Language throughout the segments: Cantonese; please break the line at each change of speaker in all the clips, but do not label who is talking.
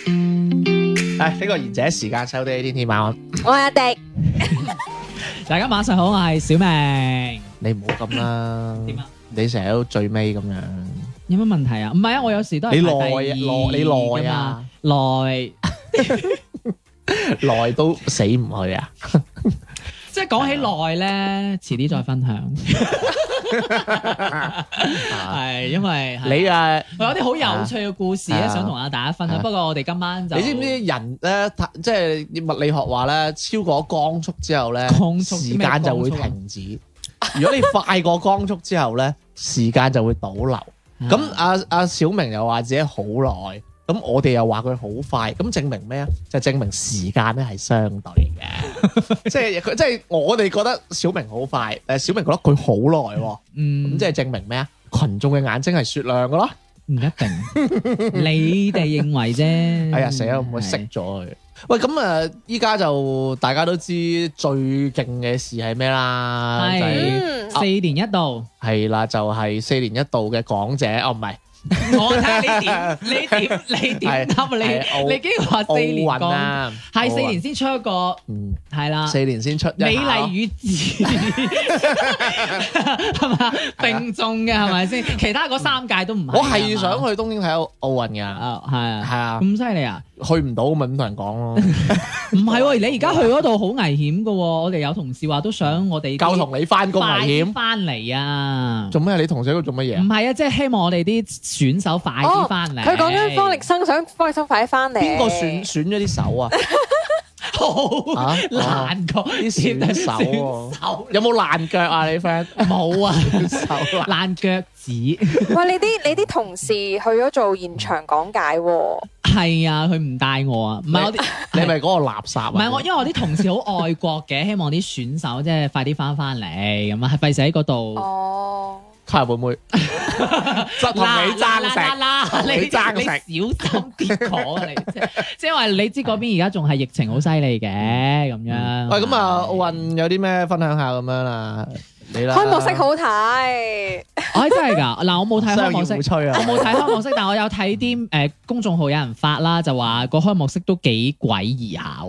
誒呢個賢者時間收啲天啊天晚安。
我係阿迪，
大家晚上好，我係小明。
你唔好咁啦，
點啊？
你成日都最尾咁樣，
有乜問題啊？唔係啊，我有時都係
你耐啊
排第二
耐你耐啊
㗎嘛，耐。
耐都死唔去啊！
即係講起耐咧，遲啲再分享。係因為係
你啊，
我有啲好有趣嘅故事咧，
啊
想同啊大家分享。
啊
不過我哋今晚就
你知唔知人咧，即係物理學話咧，超過光速之後咧
光，速
時間就會
咩光速
停止。如果你快過光速之後咧，時間就會倒流。
嗯
咁阿阿小明又話自己好耐，咁我哋又話佢好快，咁證明咩啊？就證明時間咧係相對嘅， 即係佢即係我哋覺得小明好快，誒小明覺得佢好耐喎，
嗯
咁即係證明咩啊？群眾嘅眼睛係雪亮嘅咯，
唔 一定，你哋認為啫。
哎呀死啦，會唔會熄咗佢？喂，咁啊，依家就大家都知最勁嘅事係咩啦？
係
就係
嗯，
四年一度，
係啦，就係四年一度嘅港姐，哦唔係
我睇 下你點，你點，你點答
係
你？
奧
你竟然話四
奧
年
運
講，
啊，
係四
奧運
年，先出一個，
嗯，
係啦。
四年先出一
美
下咯
麗與智係嘛並重嘅係 咪先？其他嗰三屆都唔係。
我係想
係嘛
去東京睇奧奧運㗎，
啊，係啊
係啊，
咁犀利啊！
去唔到咪咁同人講 咯，
唔係喎，你而家去嗰度好危險噶喎！我哋有同事話都想我哋
夠同你翻工危
快啲
險。
翻嚟啊！
做咩？你同事喺度做乜嘢
唔
啊？哦
係啊，即係希望我哋啲選手快啲翻嚟。
佢講緊方力申想方力申快啲翻嚟。
邊個選選咗啲手 啊？
好
啊，
難過
啲選手啊喎
手
有冇爛腳啊？你 friend
冇啊，
手爛
爛腳趾
喂，你啲你啲同事去咗做現場講解
哦
喎，
係啊，佢唔帶我啊，唔係我啲
你係咪嗰個垃圾啊？
唔係我，因為我啲同事好愛國嘅，希望啲選手即係快啲翻翻嚟咁啊，係費事喺嗰度
哦，
卡 會唔會就同你爭
啦
食？
啦啦
同你爭食
你小心啲講啊你，即係即係話你知嗰邊而家仲係疫情好犀利嘅咁樣。
喂，咁啊，奧運有啲咩分享下咁樣啊？你啦，
開幕式好睇，
哎，真係㗎！嗱，我冇睇開幕式
商業互，吹啊
我！冇睇開幕式，但我有睇啲誒公眾號有人發啦，就話個開幕式都幾詭異下喎。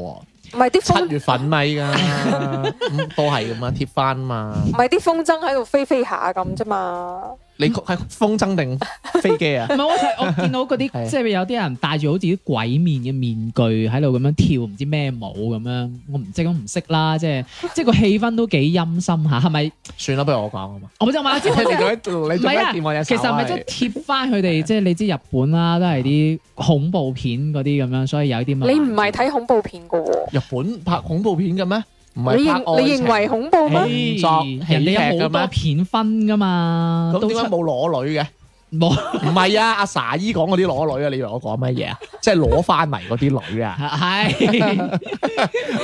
唔係啲風
七月份咪㗎， 咁都係咁啊，貼翻嘛。
唔係啲風箏喺度飛飛下咁啫嘛，
你係風箏 定飛機啊
唔？係我睇， 我見到嗰啲
係
即係有啲人戴住好似啲鬼面嘅面具喺度咁樣跳唔知咩舞咁樣，我唔即係咁唔識啦，即係即係個氣氛都幾陰森下，係咪？
算啦，不如我講啊嘛。
我就話 即
你做
係。
咩？你
唔
做
係
咩
啊
掂我隻手
其
啊？
實咪即係貼翻佢哋，即係你知日本啦，都係啲
啊
恐怖片嗰啲咁樣，所以有啲咁嘅
你唔係睇恐怖片噶喎。
日本拍恐怖片嘅咩？唔
你
係拍
認
愛
你
情
認為恐怖咩？
動作喜
哎人
劇
哋有好
嘅
多
咩？
片分噶嘛，
咁
都
點解
出
冇裸女嘅？
冇
唔係啊，阿 Sa 姨講嗰啲裸女啊，你以為我講乜嘢啊？即係攞翻嚟嗰啲女 啊，
係？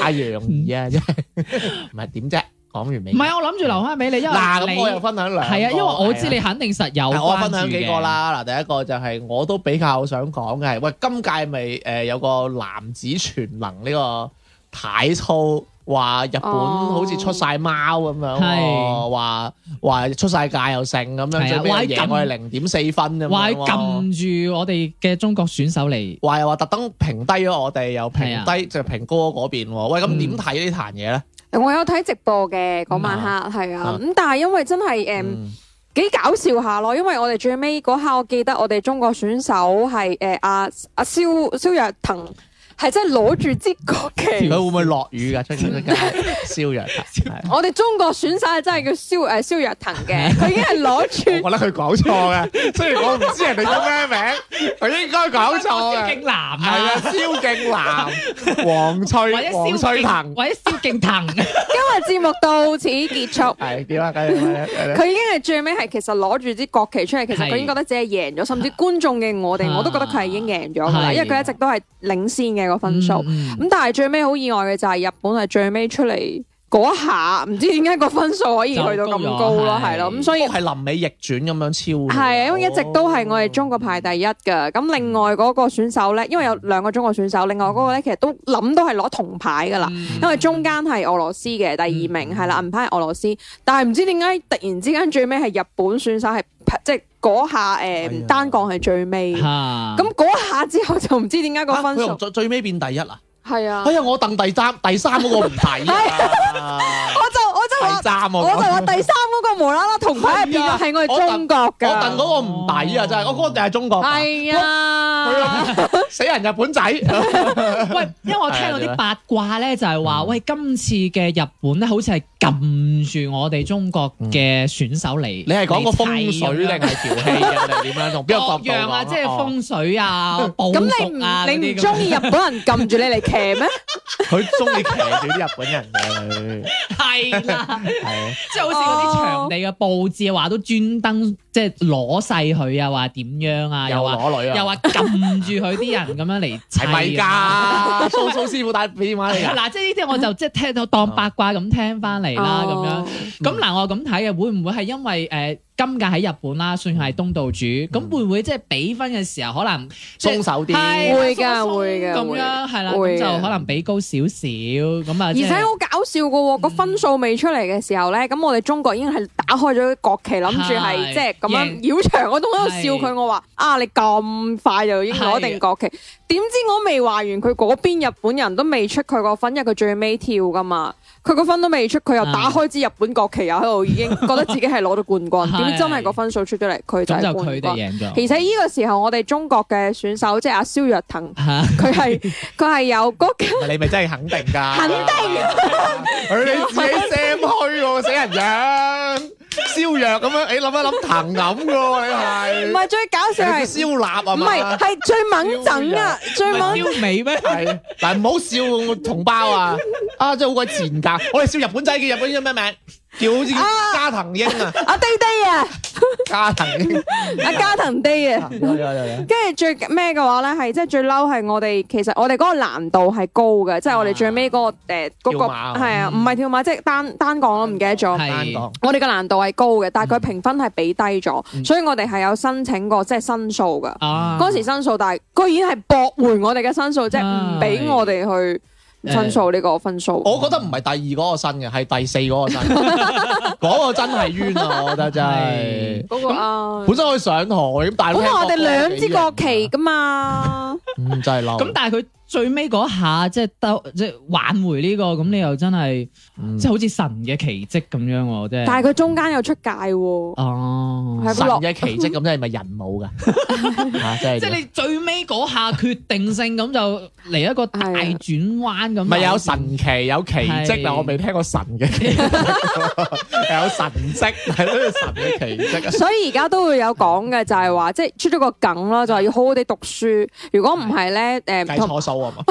阿楊怡啊，真係唔係點啫？講完未？
唔係我諗住留翻俾你，因為
嗱，咁我又
你
分享兩個
係啊，因為我知
係啊
你肯定實有
係我
關
分享
注
幾
嘅
個。啦，嗱，第一個就係我都比較想講嘅係，喂，今屆咪誒有個男子全能呢個體操，話日本
哦
好似出晒貓咁樣喎，
係
話話出晒界又剩咁
係啊
樣，最尾又
話
贏
撳
我係零點四分咁
話
樣
佢
喎。
撳住我哋嘅中國選手嚟，
話又話特登平低咗我哋，又平
係啊嗯
低就平高咗嗰邊喎。喂，咁點睇呢壇嘢咧？
我有睇直播嘅嗰晚黑，係啊
啊，
咁但係因為真係誒。
嗯
幾搞笑下咯，因為我哋最尾嗰下，我記得我哋中國選手係誒阿阿蕭蕭若騰係真係攞住支國
佢
旗。
會唔會落雨㗎？出出街燒藥係
我哋中國選手真係叫蕭诶萧若騰嘅， 佢已經係攞住
我覺得佢講錯 嘅，雖然我唔知人哋叫咩名，佢應該 講錯嘅。
勁男
係啊
啊，，
蕭敬南、黃
或者
翠、黃
蕭
翠
敬，
騰，
或者蕭敬騰，
今日節目到此結 束。
係點啊？梗係
佢已經係最尾係其實攞住支國旗出嚟，其實
係
佢已經覺得自己係贏咗，甚至觀眾嘅我哋
啊
我都覺得佢係已經贏咗㗎啦，
係
因為佢一直都係領先嘅個分數。咁、
嗯嗯
但係最尾好意外嘅就係日本係最尾出嚟嗰一下，唔知點解個分數可以去到咁
就
高
高咗
咯，
係
係咯，咁所以
哦係臨尾逆轉咁樣超。哦
係啊，因為一直都係我哋中國排第一㗎。咁另外嗰個選手咧，因為有兩個中國選手，另外嗰個咧其實都諗到係攞銅牌㗎啦。
嗯
因為中間係俄羅斯嘅第二名，係啦銀牌係俄羅斯，但係唔知點解突然之間最尾係日本選手係即係嗰下誒
係啊
單槓係最尾，
嚇
咁嗰下之後就唔知點解個
啊
分
佢
數
由最最尾變第一啊！
係啊，
哎呀，我鄧第三第三嗰個 唔抵啊！
我就我就話
第三我
我就話第三嗰個無啦啦銅牌係變咗係我
哎
哋中國
我鄧嗰
㗎，
個唔抵啊！真係，我嗰個就係中國版。
係啊，
佢死人 日本仔，
喂，因為我聽到啲八卦咧，就係話，喂，今次嘅日本咧，好似係撳住我哋中國嘅選手嚟，
你係講個風
嚟
水
砌咁
定係
樣
調戲嘅定係點樣？同邊個角
各
度
樣啊，
講
即係
哦
風水啊、報
咁你
復
唔
啊
你唔
嗰啲咁樣
中意日本人撳住你嚟騎咩？
佢中意騎住啲日本人嘅，
係啦，
佢係啊
即係好似嗰啲場地嘅佈置啊，話都專登即係攞細佢啊，話點樣啊，
又啊
又話
攞女啊，
又話撳住佢啲人咁樣嚟砌，
係咪㗎？蘇蘇師傅打俾電話你㗎，
嗱，即係呢啲我就即係聽到當八卦咁聽翻 嚟啦，咁樣。
哦
嗯
咁嗱，我咁睇嘅，會唔會係因為誒今屆喺日本啦，算係東道主，咁會唔會即係比分嘅時候可能即
嗯鬆
係
手
係
啲，
會㗎
鬆鬆
會㗎
咁
會
樣係啦，
會
咁
㗎
就可能比高少少咁啊，
而
即
且
係嗯
好搞笑嘅喎，個分數未出嚟嘅時候咧，咁我哋中國已經係打開咗國旗，諗住係
係
即係咁樣
贏
繞場，我仲喺度笑佢，我話啊你咁快就已經攞定國旗，點知我未話完，佢嗰邊日本人都未出佢個分，因為佢最尾跳噶嘛，佢個分都未出，佢
啊
又打開支日本國旗，又喺度已經覺得自己係攞到冠軍，
係
點知真係個分數出咗嚟，佢就
咁就
係冠
佢哋
軍。
贏咗。
而且呢個時候，我哋中國嘅選手即係阿蕭若騰，
嚇
佢 係佢係有嗰
你咪真係肯定㗎，
肯
定，佢哋自己 sam 虛喎，死人樣，燒藥咁樣，你諗一諗藤咁㗎喎，
唔
你係，
係最搞笑係
你。燒臘啊
唔
嘛，
係，係最猛整啊！最
唔
猛
係燒尾咩？
系嗱，唔好笑我同胞啊！啊，真係好鬼賤格！我哋笑日本仔嘅日本叫咩名？叫好似加藤英 啊，
阿低低啊，
加藤英。
阿加藤低啊，
有有有有。
跟住最咩嘅話咧，係即係最嬲係我哋，其實我哋嗰個難度係高嘅，即係我哋最尾嗰個誒嗰個
跳馬啊
係啊，唔係跳馬，即係單單槓咯，唔記得咗。
係
單講
我哋嘅難度係高嘅，但係佢評分係俾低咗，
嗯
所以我哋係有申請過即係申訴嘅。
啊
嗰時申訴，但係居然係駁回我哋嘅申訴，即係唔俾我哋去申訴呢個分數。
我覺得唔係第二嗰個新嘅，係第四嗰個新。嗰個真係冤啊！我覺得真係。
嗰個啊，
本身可以上台咁，大佬
本來我哋兩支國旗
旗，
噶嘛。
嗯，真係嬲。
咁，但係佢最尾嗰下即係兜即係挽回呢個，咁你又真係
嗯
即係好似神嘅奇蹟咁樣喎，即係。
但係佢中間有出界喎，
哦。
係
神
落
嘅奇蹟咁，真係咪人冇㗎？啊真
即係
係。
你最尾嗰下決定性咁就嚟一個大轉彎咁。
唔係有神奇有奇蹟，
係
但我未聽過神嘅奇蹟，有神蹟 係咯，神嘅奇蹟啊！
所以而家都會有講嘅，就係話即係出咗個梗啦，就係要好好地讀書。如果唔係咧，誒
計
同
錯 數啊嘛，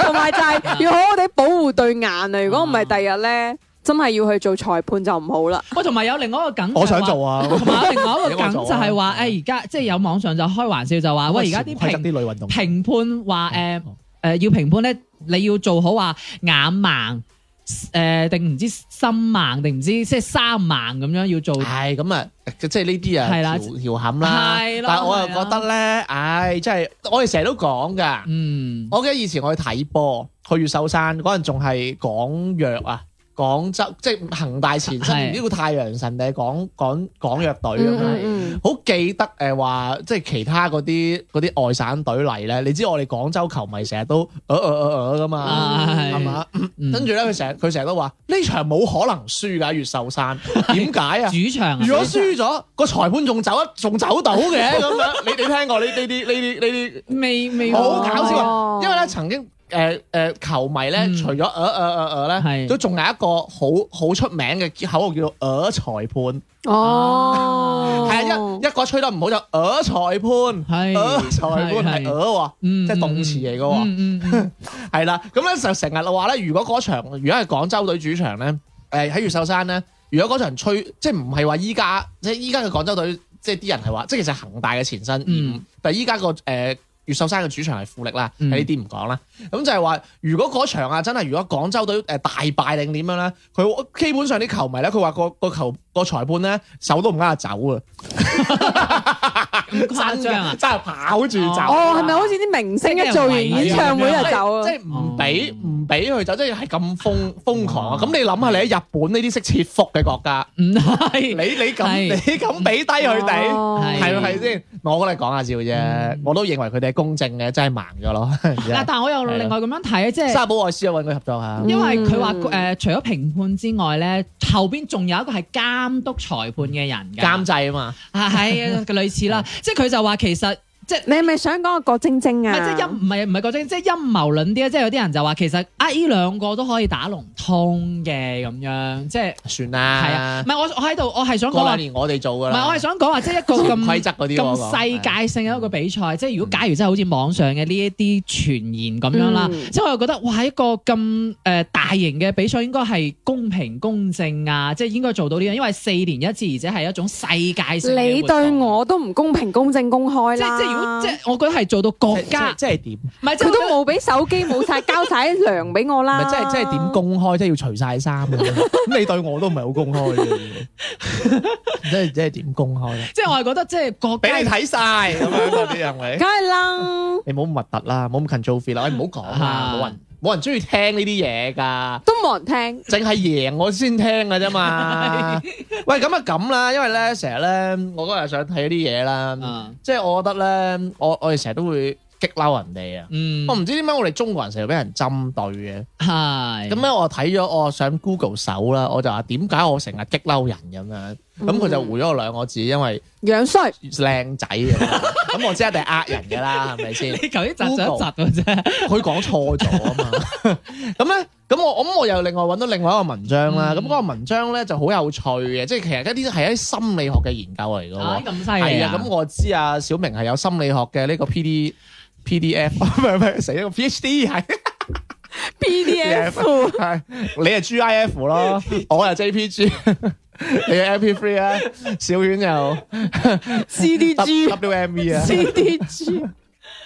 同埋就
嗯
係要好好地保護對眼啊！如果唔係，第日咧真係要去做裁判就唔好啦。
喂，同埋有另外一個梗，
我想。做啊！
同埋有另 外一個梗就係話，哎
你
誒而家即係有網上就開玩笑就話，喂而家啲呃
規則啲
評
女運動
評判話誒
哦
誒要評判咧，你要做好話眼盲誒定唔知心盲定唔知即係三盲咁樣要做。
係咁啊，即係呢啲啊，
係啦
調調冚啦。
係咯
但係我又
係啊
覺得咧，唉，即係我哋成日都講㗎。
嗯，
我記得以前我去睇波，去越秀山嗰陣仲係講藥啊，廣州即係恒大前身，
嗯係
唔知叫太陽神定係講講講藥隊咁
嗯
樣
嗯。嗯，
好記得誒話，即係其他嗰啲嗰啲外省隊嚟咧，你知我哋廣州球迷成日都呃呃呃呃噶嘛，係
啊係
嘛？
嗯
跟住咧，佢成日佢成日都話呢場冇可能輸㗎，越秀 山點解啊？
主場啊
如果輸咗，個裁判仲走仲走到 嘅咁樣，你你聽過呢呢啲呢啲呢啲？
未未
好搞笑啊
哦
因為咧曾經誒誒球迷咧，
嗯
除咗呃呃呃呃咧，
係
都仲有一個好好出名嘅口號叫做呃裁判，
哦，
係啊，一一個吹得唔好就呃裁判，
係
呃裁判係呃喎。
嗯，
即係動詞嚟嘅喎
嗯嗯嗯
係啦，咁咧就成日話咧，如果嗰場如果係廣州隊主場咧，誒、喺越秀山咧，如果嗰場吹即係唔係話依家即係依家嘅廣州隊，即係啲人係話，即係其實恒大嘅前身，
嗯
嗯、但係依家個誒越秀山嘅主場係富力啦，喺
嗯
呢啲唔講啦。咁就係話，如果嗰場啊真係如果廣州隊誒大敗定點樣咧，佢基本上啲球迷咧，佢話個個球個裁判咧手都唔啱就走啊，啊
咁誇張 啊！
真係跑住走。啊
哦
哦，係咪好似啲明星一做完演唱會就走啊
即？係唔俾
哦
唔俾佢走，即係係咁瘋瘋狂啊！
哇
咁你諗下，你喺日本呢啲識切腹嘅國家，
嗯 唔
你
係，
你咁
係
你咁俾低佢哋，
哦
係
係咪係先？我覺得講下笑啫
嗯，
我都認為佢哋係公正嘅，真係盲 咗咯。
嗱，但我又另外咁樣睇，即係。
沙保愛斯啊，揾佢合作下。
因為佢話
嗯
誒，除咗評判之外咧，後邊仲有一個係監督裁判嘅人㗎，
監哦製啊嘛，
啊係啊 類似啦，即係佢就話其實即係
你係咪想講個郭晶晶
唔
啊？
係即係陰唔係唔係嗰種，即係陰謀論啲啊！即係有啲人就話其實啊，依兩個都可以打龍通嘅咁樣，即係
算
係啊
啦。。
唔係我我喺度，我係想講
嗰
話，
兩
唔
年我哋做噶啦。
係我係想講話，即係一個 咁
規則嗰啲喎
咁世界性嘅一個比賽，即係如果假如真係好似網上嘅呢一啲傳言咁樣啦，
嗯
即係我又覺得哇，一個咁誒、呃大型嘅比賽應該係公平公正啊，即係應該做到呢樣，因為四年一次，而且係一種世界性嘅
你
活動
對。我都唔公平、公正、公開
即
啦。
即係如果即係我覺得係做到國
即
家，
即係點？唔
唔係即係
佢
我
都
覺得
冇俾手機，冇晒交晒啲糧俾我啦。
係即係即係點？公開？即係要除晒衫咁樣。咁你對我都唔係好公 開嘅，即係即係點公開咧？
即係我係覺得即係國家
俾你睇晒咁 樣嗰啲係咪
梗？係啦，
你唔好咁核突啦，唔好咁近做 feel 啦，喂唔好講啦，
啊
冇人冇人中意聽呢啲嘢㗎，
都冇人聽。
淨係贏我先聽㗎啫嘛。喂，咁啊咁啦，因為咧成日咧，我嗰日想睇啲嘢啦，
啊
即係我覺得咧，我我哋成日都會激嬲人哋啊。
嗯，
我唔知點解我哋中國人成日俾人針對嘅，
係
咁咧我睇咗我上 Google 搜啦，我就話點解我成日激嬲人咁樣，咁佢就回咗我兩個字，因為
樣衰，
靚仔 咁樣，咁我知一定係呃人㗎啦，係咪先？
你頭先窒咗一窒嘅啫，
佢講錯咗啊嘛。咁咧，咁我咁我又另外揾到另外一個文章啦。
嗯
咁嗰個文章咧就好有趣嘅，即係其實一啲係一啲心理學嘅研究嚟嘅
啊
喎。
咁犀利
係
啊
啊，！咁我知啊，小明係有心理學嘅呢個 P D。PDF 唔係唔係死咗個 PhD 係
PDF
係你係 GIF 咯，我係 JPG，你係 MP3 啊，小遠又
CDG
WME 啊。
CDG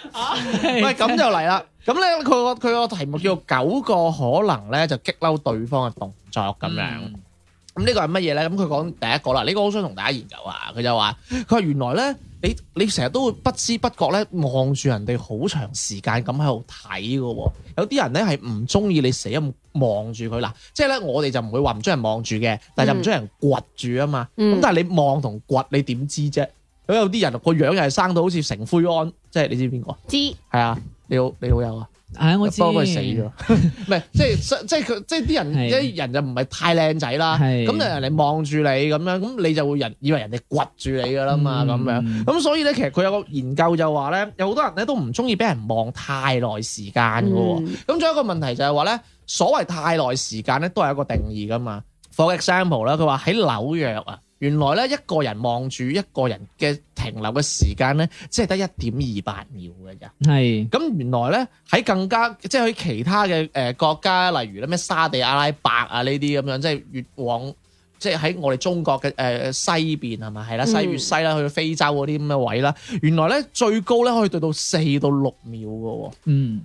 唔係咁就嚟啦。咁咧，佢個佢個題目叫做九個可能咧就激嬲對方嘅動作咁樣。咁呢、
嗯
個係乜嘢咧？咁佢講第一個啦，呢、個好想同大家研究下。佢就話：佢話原來咧，你你成日都會不知不覺咧望住人哋好長時間咁喺度睇嘅喎。有啲人咧係唔中意你死咁望住佢嗱，即係咧我哋就唔會話唔中意人望住嘅，但係就唔中意人掘住啊嘛。咁、
嗯
但係你望同掘，你點知啫？咁有啲人個樣又係生到好似成灰安，即係你知邊個啊？
知
係啊，你好你好友啊，
係我知，
不過佢死咗， 唔係即係即係佢即係啲人
係
啲人就唔係太靚仔啦，
係
咁就人哋望住你咁樣，咁你就會人以為人哋掘住你噶啦嘛咁樣，
嗯
咁所以咧其實佢有個研究就話咧，有好多人咧都唔中意俾人望太耐時間嘅喎，
嗯
咁仲有一個問題就係話咧，所謂太耐時間咧都係一個定義噶嘛。For example 啦，佢話喺紐約啊，原來咧一個人望住一個人嘅停留嘅時間咧，只係得一點二八秒嘅咋。
係
咁原來咧喺更加即係喺其他嘅誒、呃、國家，例如咧咩沙地阿拉伯啊呢啲咁樣，即係越往即係喺我哋中國嘅誒、呃西邊係咪係啦，西
嗯
越西啦，去到非洲嗰啲咁嘅位啦，原來咧最高咧可以對到四到六秒嘅喎。
嗯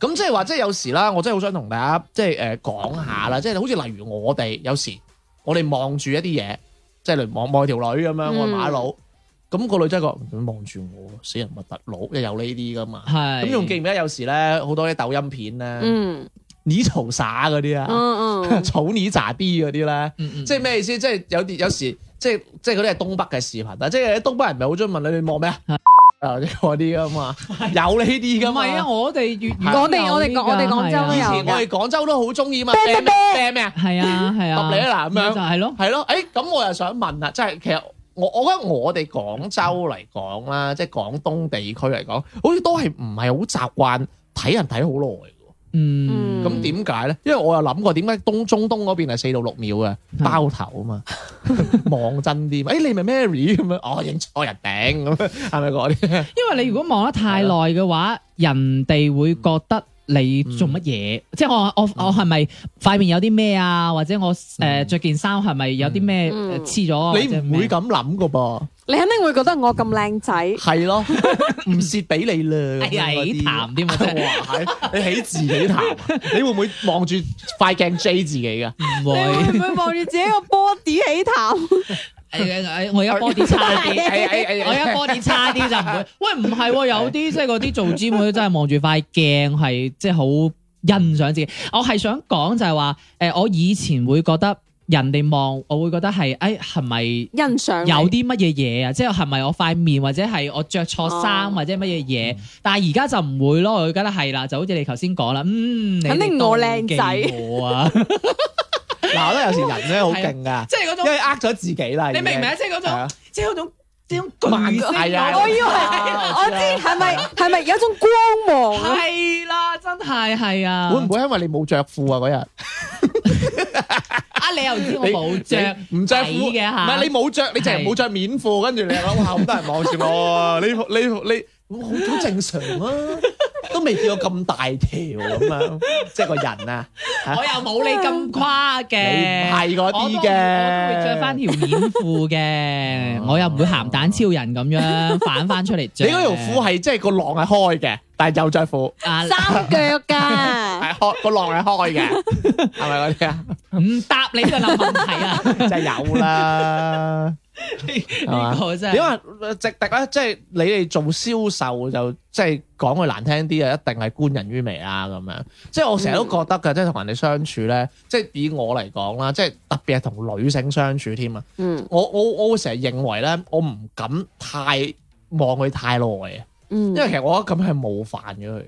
咁即係話，即係有時啦，我真係好想同大家即係誒講下啦，即係好似例如我哋有時我哋望住一啲嘢，即係例如望望條女咁樣，我馬佬，咁、個女仔講佢望住我，死人核突佬，又有呢啲噶嘛。
係
咁仲記唔記得有時咧好多啲抖音片咧，
嗯
你嘈耍嗰啲啊，
嗯嗯
草你咋啲嗰啲咧，
即
即係咩意思？即係有啲有時即係即係嗰啲係東北嘅視頻啊，即係東北人咪好中意問你你望咩啊？啊嗰啲噶嘛，有呢啲
唔
噶嘛。
係啊！我哋粵語
係
我哋我哋
有呢㗎
我哋廣州
係啊
以
有
前我哋廣州都好中意嘛，
啤啤
啤咩啤咩啊？
係啊係啊，
合理啊嗱咁樣
就係咯，
係咯，誒咁我又想問啦，即係其實我我覺得我哋廣州嚟講啦，即係廣東地區嚟講，好似都係唔係好習慣睇人睇好耐嘅喎。
嗯，
嗯
咁點解咧？因為我又諗過點解東中東嗰邊係四到六秒嘅
嗯
包頭啊嘛， 望真啲嘛。誒、你咪 Mary 咁樣，哦認錯人頂咁樣，係咪嗰啲？
因為你如果望得太耐嘅話，人哋會覺得。你做乜嘢？即係我我我係咪塊面有啲咩啊？或者我誒
嗯
着件衫係咪有啲咩
嗯
呃黐咗啊？或
你
者
唔
咩
會咁諗噶噃，
你肯定會覺得我咁靚 仔，
係咯，唔蝕俾你啦。
哎呀
咁樣嗰
起
啲
痰添啊真
哇！係你起自己痰啊，你會唔會望住塊鏡 J 自己噶？
唔
你
會
會唔會望住自己個 body 起痰？
誒誒我而家 body 差啲，
係係係
我而家 body 差啲就唔 會。喂，唔係喎，有啲即係嗰啲做 gym 嗰啲真係望住塊鏡係即係好欣賞自己。我係想講就係話，誒我以前會覺得人哋望，我會覺得係誒係咪
欣賞你
有啲乜嘢嘢啊？即係係咪我塊面或者係我着錯衫
哦
或者乜嘢嘢？但係而家就唔會咯，我覺得係啦，就好似你頭先講啦，嗯，你哋
肯定我靚仔
妒忌我啊，
嗱，我覺得有時人咧好勁噶，
即係嗰
因
種
為呃咗自己啦。
你明唔明
已
啊？
經？
即係嗰
係啊
種，即係嗰種。即係嗰種
慢
巨星
係啊
嗰種
我以為
啊
我知係咪係咪有一種光芒啊？
系啦，真係係啊！
會唔會因為你冇着褲啊嗰日？
啊？你又知我冇着
你唔着褲
底嘅嚇
唔係你冇着，你淨係冇着面褲，跟住你諗哇咁多人望住我，你你你好好正常啊，都未見過咁大條咁樣，即係個人啊，
我又冇你咁誇
你唔
嘅，
係嗰
我都
啲
會我都會着翻
嘅。
條面 褲嘅，我又唔會鹹蛋超人咁樣反翻出嚟着。
哦你嗰條褲係即係個浪係開嘅，但係有着褲，
啊？
三腳 㗎，
係開個浪係開嘅，係咪嗰啲啊？
唔答你呢個問 題啊！
真係有啦。嘛
呢個真
因
係
為呃直敵咧，即係你哋做銷售就即係講句難聽啲啊，一定係觀人於微啦咁樣。即係我成日都覺得嘅，即係同人哋相處咧，即係以我嚟講啦，即係特別係同女性相處添啊。
嗯
我我我會成日認為咧，我唔敢太望佢太耐啊，
嗯
因為其實我覺得咁係冒犯咗佢。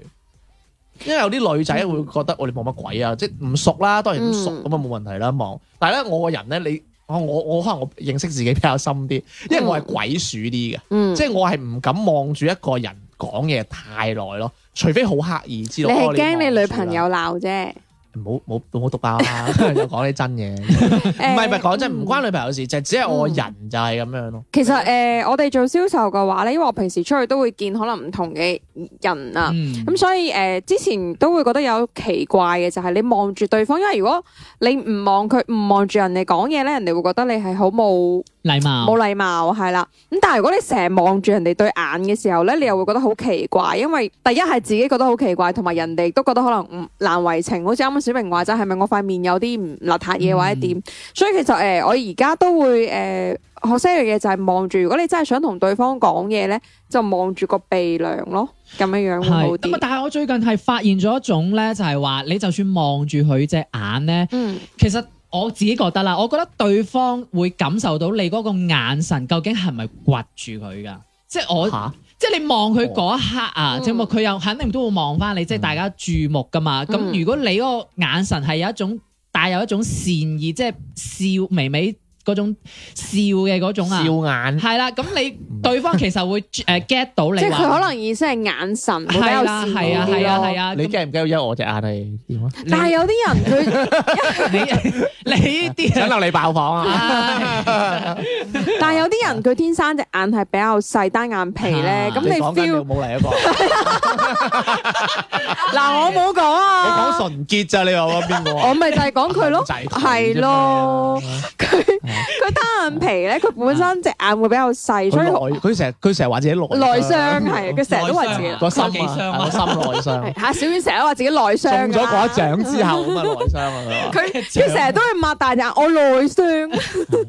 因為有啲女仔會覺得我哋望乜鬼啊，即係唔熟啦，當然唔熟
嗯
咁啊冇問題啦望。但係咧我個人咧，你我我我可能我認識自己比較深啲，因為我係鬼鼠啲嘅。
嗯
即係我係唔敢望住一個人講嘢太耐咯，除非好刻意知
你
道。
係驚
哦
你
望
女
住
朋友
啦
鬧啫，
唔好冇冇讀爆啦， 又講啲真嘢。 唔係唔係
嗯
講真，唔關女朋友事，就只係我人就係咁樣咯。
其實诶、呃我哋做銷售嘅話咧，因為我平時出去都會見可能唔同嘅人啊，
嗯
咁、所以诶、呃之前都會覺得有奇怪嘅，就係你望住對方，因為如果你唔望佢，唔望住人哋講嘢咧，人哋會覺得你係好冇
禮貌
冇禮貌，係啦。咁但係如果你成日望住人哋對眼嘅時候咧，你又會覺得好奇怪，因為第一係自己覺得好奇怪，同埋人哋都覺得可能唔難為情。好似啱啱小明話齋，係咪我塊面有啲唔邋遢
嗯
嘢或者點？所以其實誒、呃我而家都會誒、呃、學識一樣嘢，就係望住。如果你真係想同對方講嘢咧，就望住個鼻梁咯，咁樣樣會好
係咁啊！
啲。
但係我最近係發現咗一種咧，就係話你就算望住佢隻眼咧。
嗯
其實我自己覺得啦，我覺得對方會感受到你嗰個眼神究竟係咪掘住佢噶？即係我，
嚇哦
即係你望佢嗰一刻啊，
嗯
即係佢又肯定都會望翻你，即係
嗯
大家注目噶嘛。咁、
嗯
如果你嗰個眼神係有一種帶有一種善意，即係笑微微嗰種笑嘅嗰種
笑
啊，
眼
係啦。咁你對方其實會誒 get 到你
即
話，
係佢可能意思係眼神會比較
係啦，
善
係啊，
意啲
係啊，
咯
係啊。
你
咁
驚唔驚？因為我隻眼係點啊？
但係有啲人佢。
你你呢啲
想
啊
留你爆房 啊！
唉
但係有啲人佢天生隻眼係比較細單眼皮咧，
啊
咁你
講緊
feel
你 冇嚟一個，
嗱我冇講
你
啊
講，純潔咋？你話我邊個啊？
我咪就係講佢 咯，
男仔
係咯，佢佢單眼皮咧， 佢
嗯
本身隻眼會比較細，
佢
所以
內佢成日佢成日話自己內
內傷係佢成日都話自己
內 傷啊
個心
內傷
啊
啊
個心內傷
係。嚇小丸成日都話自己內傷
中
㗎
咗嗰一獎之後咁啊內傷啊佢話。
佢佢成日都會擘大隻眼，我內傷。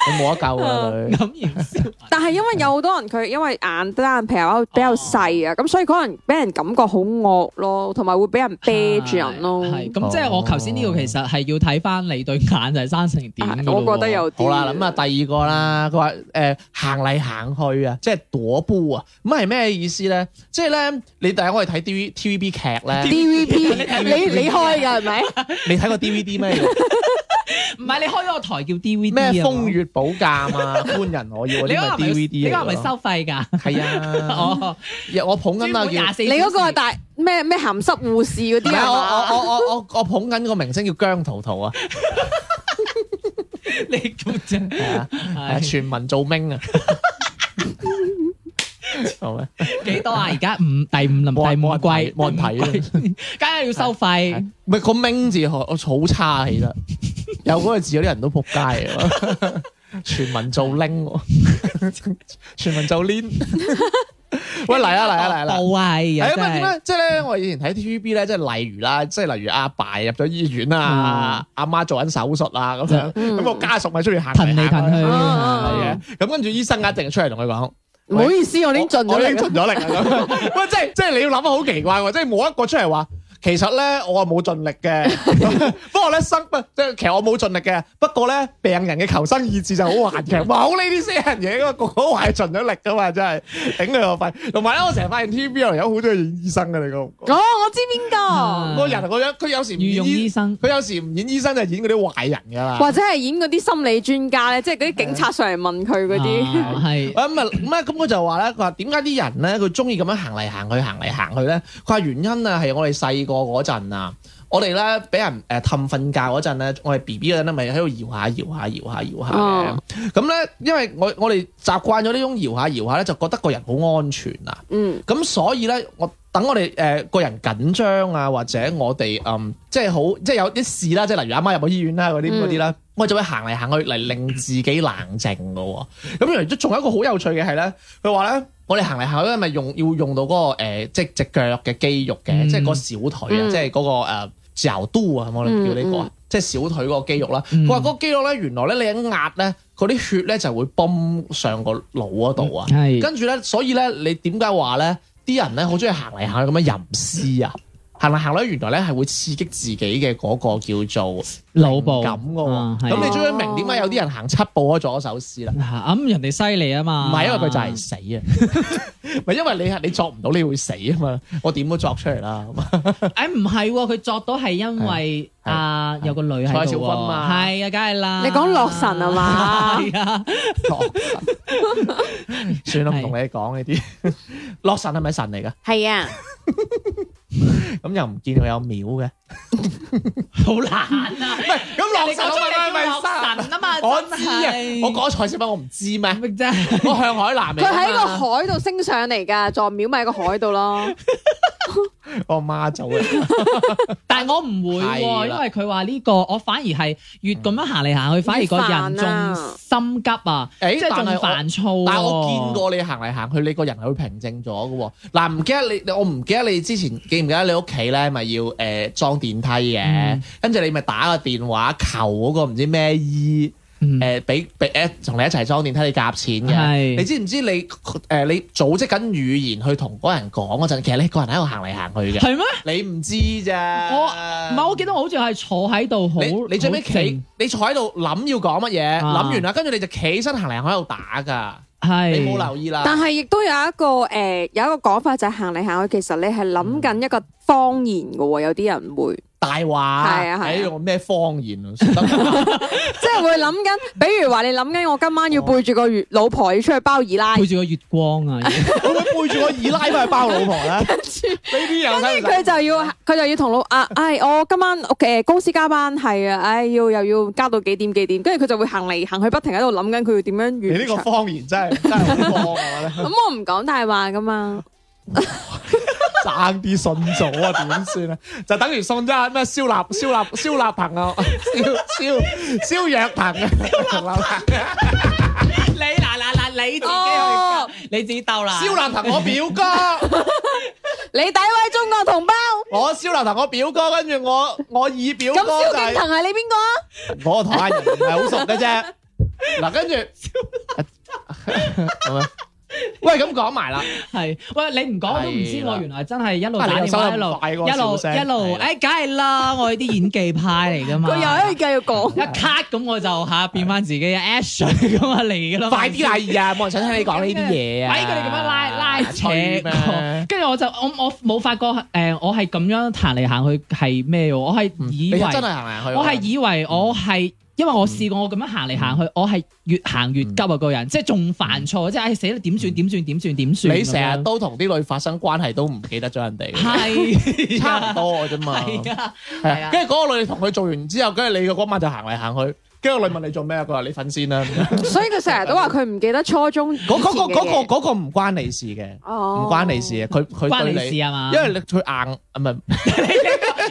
佢冇得救啦佢。
咁然之後
但係因為有好多人佢因為眼單眼皮比較
哦
細啊，咁所以可能俾人感覺好惡咯，同埋會俾人啤住人咯。
係咁即係我頭先呢個其實係要睇翻你對眼就係生成點㗎
啊
咯喎
我覺得 有啲
好啦，咁啊第二個啦，佢話誒行嚟行去啊，即係躲煲啊，咁係咩意思咧？即係咧，你第一我哋睇 TV TVB 劇咧，
DVP 你你開㗎係咪？
你睇過 DVD 咩？
唔係你開咗個台叫 DVD
咩
啊嘛
風月寶鑑 啊，官人我要嗰
你嗰
啲咪
個係咪
DVD
你
嚟
嗰個係咪
㗎？
收費㗎？
係啊，
哦，
我捧緊啊
專門
叫
廿。四
你
小時
嗰個係大咩咩鹹濕護士嗰
唔
啲
係我
啊嘛？
我我我我我捧緊個明星叫姜圖圖 啊，
你咁啫，
係啊，係
係
全民做明 啊，好咩？
幾多啊？而家五第五輪
冇人
第五
冇人
季
睇冇人睇啊
第五季 梗係要收費。
唔係個明字我我好差啊，其實有嗰個字，有啲人都仆街啊！ 全民做拎喎， 全民做 lin。喂，嚟啦嚟啦嚟啦！
報啊！
係
係
啊，咪點咧？即係咧，我以前睇 TVB 咧，即係例如啦，即係例如阿爸入咗醫院
嗯
啊，阿媽做緊手術啊，咁樣，
嗯
咁個家屬咪出去行
騰嚟騰去
係
啊
嘅。咁跟住醫生啊一定出嚟同佢講。
唔好意思，我已經盡咗
我已經
力啦。
盡咗力啦。咁 喂，即係即係你要諗好奇怪喎，即係冇一個出嚟話。其實咧，我啊係冇盡力 嘅。不過咧，生不即係其實我冇盡力嘅。不過咧，病人嘅求生意志就好頑強，冇呢啲死人嘢噶，個個都話係盡咗力噶嘛，真係頂佢個肺。同埋咧，我成日發現 TVB 有人好中意演醫生嘅，你覺唔 覺
哦，我知邊個，
啊
個人個樣，佢有時唔
御
演
用醫生
佢有時唔演醫生就演嗰啲壞人㗎啦。
或者係演嗰啲心理專家咧，即係嗰啲警察上嚟問佢嗰啲。
啊 係
咁咪咁啊，咁佢就話咧，佢話點解啲人咧，佢中意咁樣行嚟行去，行嚟行去咧？佢話原因啊，係我哋細個嗰陣啊，我哋咧俾人誒氹瞓覺嗰陣咧，我哋 B B 嗰陣咧，咪喺度搖下搖下搖下搖下
哦
嘅。咁咧，因為我我哋習慣咗呢種搖下搖下咧，就覺得個人好安全啊。
嗯，
咁所以咧，我等我哋誒、呃、個人緊張啊，或者我哋嗯即係好即係有啲事啦，即係例如阿媽入咗醫院啦嗰啲
嗯
嗰啲啦，我就會行嚟行去嚟令自己冷靜嘅喎。咁原來都仲有一個好有趣嘅係咧，佢話咧。我哋行嚟行去咧，咪用要用到嗰、個、呃、即係只腳嘅肌肉嘅，
嗯
即係個小腿啊，
嗯
即係嗰、個、呃、嚼都啊，係咪我哋叫呢個啊，
嗯嗯
即係小腿嗰個肌肉啦。
嗯
佢話嗰個肌肉咧，原來咧你一壓咧，嗰啲血咧就會泵上個腦嗰度啊。
係
跟住咧，所以咧，你點解話咧啲人咧好中意行嚟行去咁樣吟詩啊？行嚟行去，原來咧係會刺激自己嘅嗰個叫做
腦部
感嘅喎。
啊係
咁你終於明點解有啲人行七步可以做一首詩啦？
啊咁人哋犀利啊
唔
嘛，
係因為佢 就係死啊， 唔係因為你係你作唔到，你會死啊嘛。我點都作出嚟啦。 咁啊
誒唔係喎，佢作到係因為
係
啊有個女喺
蔡
度
少芬
喎，
嘛
係啊，梗係啦。
嗯你講洛神啊嘛
係啊，
洛神算啦，唔同你講呢啲。洛神係咪神嚟㗎？
係 啊，
咁又唔見佢有廟嘅。
好難啊！
咁洛神係咪
洛
神？
神啊 嘛，
我知啊，我
講
講蔡少芬，我唔知咩。
咪真係
我向海南嚟
佢
㗎嘛。
喺個海度升上嚟㗎，座廟咪喺個海度咯。
我阿媽啊走嘅，
但係我唔會喎，
係啦
因為佢話呢個，我反而係越咁樣行嚟行去，反而個人
越煩啊
仲心急啊，
誒
即係仲
但係我
煩躁喎。
但係我見過你行嚟行去，你個人係會平靜咗嘅喎。嗱，唔記得你，我唔記得你之前記唔記得你屋企咧，咪要誒裝電梯嘅
嗯，
跟住你咪打個電話求嗰個唔知咩醫
嗯，
誒，俾俾誒同你一齊裝電梯，你夾錢嘅。你
係
知唔知你誒你組織緊語言去同嗰人講嗰陣，其實你個人喺度行嚟行去嘅，
係咩？
你唔知咋？
我唔係，我記得我好似係坐喺度好，
你你最尾
好靜
企，你坐喺度諗要講乜嘢，
啊
諗完啦，跟住你就企身行嚟行去喺度打㗎。
係
你冇留意啦。
但係亦都有一個诶、有一個講法就係行嚟行去，其實你係諗緊一個方言嘅喎，有啲人會
大話
係啊係啊
哎用咩方言啊？算得
即係會諗緊，比如話你諗緊我今晚要背住個月老婆要出去包二奶，
背住個月光啊！
會唔會背住個二奶翻去包老婆咧？呢啲又
跟住佢就要佢就要同老啊，唉、我今晚屋企公司加班係啊，唉、要又要加到幾點幾點，跟住佢就會行嚟行去，不停喺度諗緊佢要點
你
樣
呢個
完場。
方言真係真係好方 啊！
咁我唔講大話噶嘛，
爭啲信咗啊，點算啊？就等於送咗咩燒臘燒臘燒臘朋友，燒燒燒藥朋友，燒臘
你嗱嗱嗱，你自己去
哦
鬥，你自己鬥啦。
燒臘朋我表哥，
你詆毀中國同胞，
我燒臘朋我表哥，跟住我我二表
咁
哥
蕭
就係
敬騰係你邊個啊？
我個台灣人 唔係好熟嘅啫。嗱，跟住咁樣，喂，咁講埋啦，
係，喂，你唔講我都唔知
係啦
我原來真係一路
啊
打
你又
電
收
話
得
一路
咁快
一
嗰
路
個笑聲
一路，
係啦啊
哎誒，梗係啦，我係啲演技派嚟噶嘛。
佢又一繼續講，
一 cut 咁我就吓變翻自己嘅 action 咁啊嚟噶啦，
快啲啦，啊！冇人想聽你講呢啲嘢啊！
哎佢哋咁樣拉拉扯
吹 咩
跟住我就我我冇發覺誒、我係咁樣行嚟行去係咩喎？我係
嗯
以為
你真係嗯行埋去，
我係以為我係。因為我試過我咁樣行嚟行去，我係越行越急啊！個人即係仲犯錯，即係唉哎死啦！點算？點算？點算？點
嗯
算？
你成日都同啲女發生關係都唔記得咗人哋，
係
差唔多嘅啫嘛。
係啊，係
係
啊
啊，跟住嗰個女同佢做完之後，跟住你嘅嗰晚就行嚟行去，跟住個女問你做咩啊？佢話你瞓先啦。
所以佢成日都話佢唔記得初中
嗰嗰個嗰
嗰
個嗰個唔關你事嘅，
唔
唔關你事嘅，佢佢
關
對
你
你
事，啊嗯嘛？
因為你佢硬啊唔係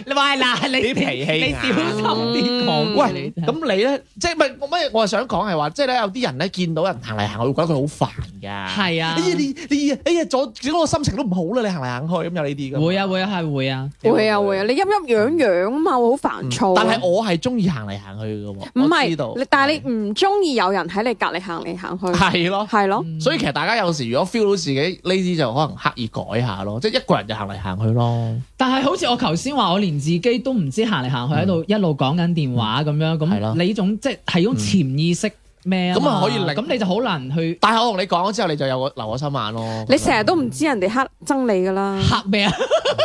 你話嗱，你
你脾氣
你
硬啊
小心啲講。
喂
你
咁你咧，即係唔係我咩？我係想講係話，即係咧有啲人咧見到人行嚟行去，會覺得佢好煩㗎。
係啊
哎呀你你哎呀阻止我心情都唔好啦，你行嚟行去咁有呢啲㗎。
會啊會啊係會啊，
會啊會啊，你陰陰陽陽啊嘛，會好煩躁啊。
嗯但係我係中意行嚟行去嘅
唔
喎，我知道
係，你但係你唔中意有人喺你隔離行嚟行去，
係咯，
係咯，
嗯
所以其實大家有時如果 feel 到自己呢啲就可能刻意改下咯，即係一個人就行嚟行去咯。
但係好似我頭先話，我連自己都唔知行嚟行去喺度一路講緊電話咁樣，
嗯係咯
咁你呢種即係係種潛意識咩啊嘛？
咁啊可以令
咁你就好難去
但係我同你講咗之後，你就有個留我心眼咯。
你成日都唔知人哋黑憎你噶 啦，
嚇咩 啊？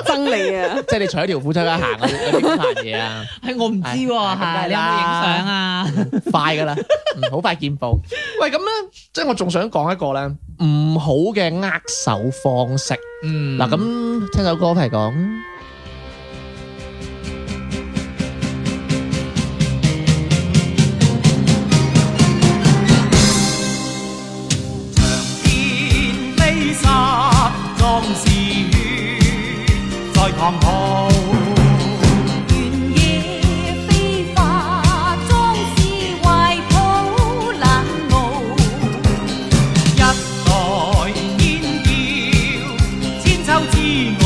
憎你啊！
即係你除咗條褲出街行嗰啲嗰啲煩 嘢啊，
係哎我唔知喎，
係
嚇你有冇影相啊？
快噶啦，嗯好快見報。喂，咁咧，即係我仲想講一個咧唔好嘅握手方式。
嗯，
嗱，咁聽首歌嚟講。
長天飛沙壯士血，再抗豪。
原野飛花，裝飾懷抱冷傲。
一代煙叫，千秋之我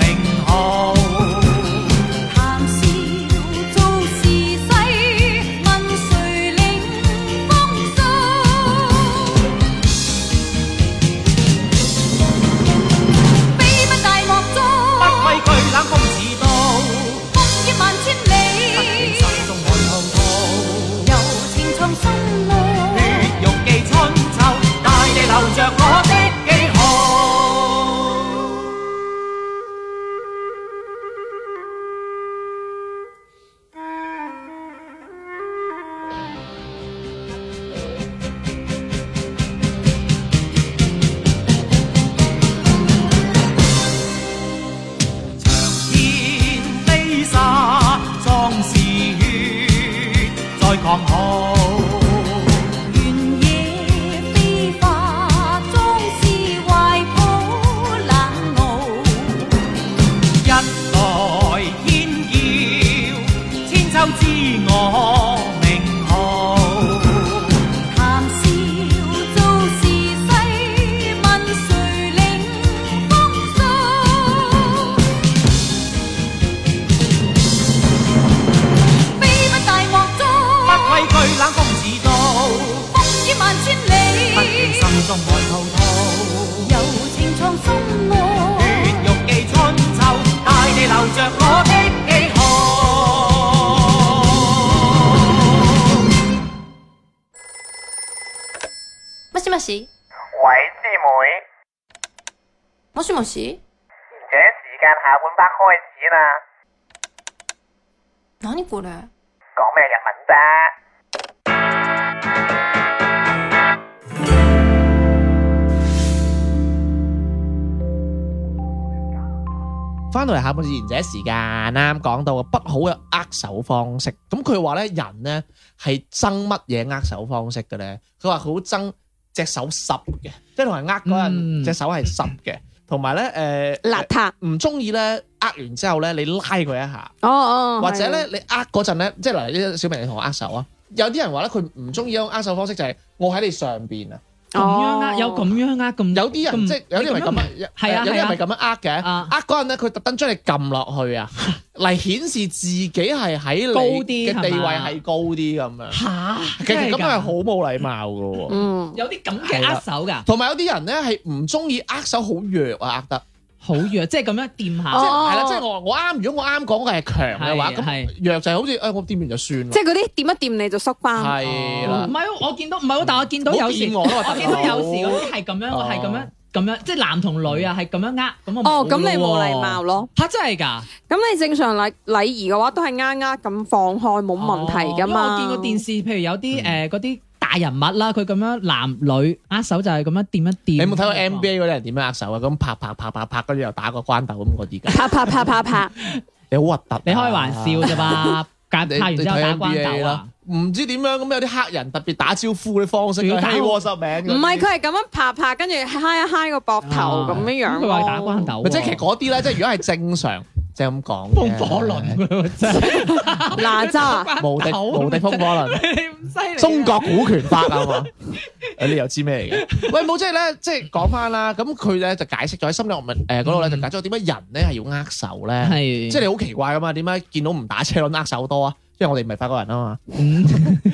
名號。
談笑做是世，問誰領風騷？飛奔大漠中，
不畏巨冷風似刀，
風雨萬千
遍
里
山，中看滔滔。
柔情藏心
血
內。
肉記春秋，大地流着我的記號。長天飛沙，壯士血，再抗豪。
原野飛花，裝飾懷抱冷傲。
一代煙耀，千秋之我名號。
谈笑做是世，问谁领风骚？飞奔大漠中，
不畏巨冷風似刀，
风雨萬千
不變
里，
心中愛滔滔。
柔情藏心
血
內。
肉記春秋，大地流着我的記號。
もしもし
喂，師妹，
もしもし
而且時間下半 part 開始啦，
何これ
講咩日文啫？
翻到嚟下半節賢者時間啱講到不好嘅握手方式，咁佢話咧人咧係憎乜嘢握手方式嘅咧？佢話佢好憎隻手濕嘅，即係同人握嗰
嗯
人隻手係濕嘅，同埋咧誒
邋遢，
唔中意咧握完之後咧你拉佢一下，
哦哦，
或者
係
咧你握嗰陣咧，呃即係嗱，小明你同我握手啊，有啲人話咧佢唔中意嗰種握手方式就係我喺你上邊啊，
咁樣
哦
呃，有咁樣呃咁，
有啲人即係有啲人咪咁
樣
樣，
係啊
有啲
係
人
啊
咪咁樣呃嘅，
啊
呃嗰陣咧佢特登將你撳落去 啊，嚟顯示自己係喺
高
你
啲係
嘅
嘛
地位係高啲咁樣，
嚇，
其實
真
咁
㗎
係好冇禮貌嘅喎。
嗯，
有啲咁嘅握手㗎，
同埋有啲人咧係唔中意握手好弱啊，握得
好弱，即係咁樣掂
即係
下，
哦
係啦，即係我我啱。如果我啱講嘅係強嘅話，
係
咁
係
弱就係好似哎誒我掂完就算啦
即，係嗰啲掂一掂你就縮翻，
係
唔
啦，
係喎我見哦到唔係喎，但係我見到有時
唔好掂我啦
我見到有時
大佬
嗰啲係咁樣，我係咁樣
哦
咁樣，即係男同女啊，係咁樣呃，咁我
哦，咁你冇禮貌咯。
嚇真係㗎，
咁你正常禮禮儀嘅話，都係啱啱咁放開，冇問題噶嘛。
哦因為我見過電視，譬如有啲誒嗰啲大人物啦，佢咁樣男女握手就係咁樣掂一
你
掂。
有冇睇過 NBA 嗰啲人點樣握手啊？咁拍拍拍拍拍，跟住又打個關鬥咁嗰 啲㗎，
啪啪啪啪 啪，
你好核突啊。
你開玩笑啫嘛，拍
你
拍完之後
你
打
睇
關
NBA
鬥
啦
啊！，
唔知點樣咁有啲黑人特別打招呼嗰啲方式，
仲要
佢
打
閪窩濕
唔
名嗰啲。
係佢係咁樣拍拍，跟住嗨一嗨個膊頭咁樣樣
啊咁
咯。
佢話打關鬥
咪
喎，
即係其實嗰啲咧，即係如果係正常，即係咁講嘅。
風火輪㗎喎真係
嗱 咋，
無敵無敵風火輪，
咁犀利啊。
中國股權法啊 嘛。誒你又知咩嚟嘅？喂，冇即係咧，即係講翻啦。咁佢咧就解釋咗喺心理學問誒嗰度咧，就解釋咗點解人咧係要握手咧。
係
即嗯係你好奇怪噶嘛？點解見到唔打車輪握手多啊？因為我哋唔係法國人啊嘛。
嗯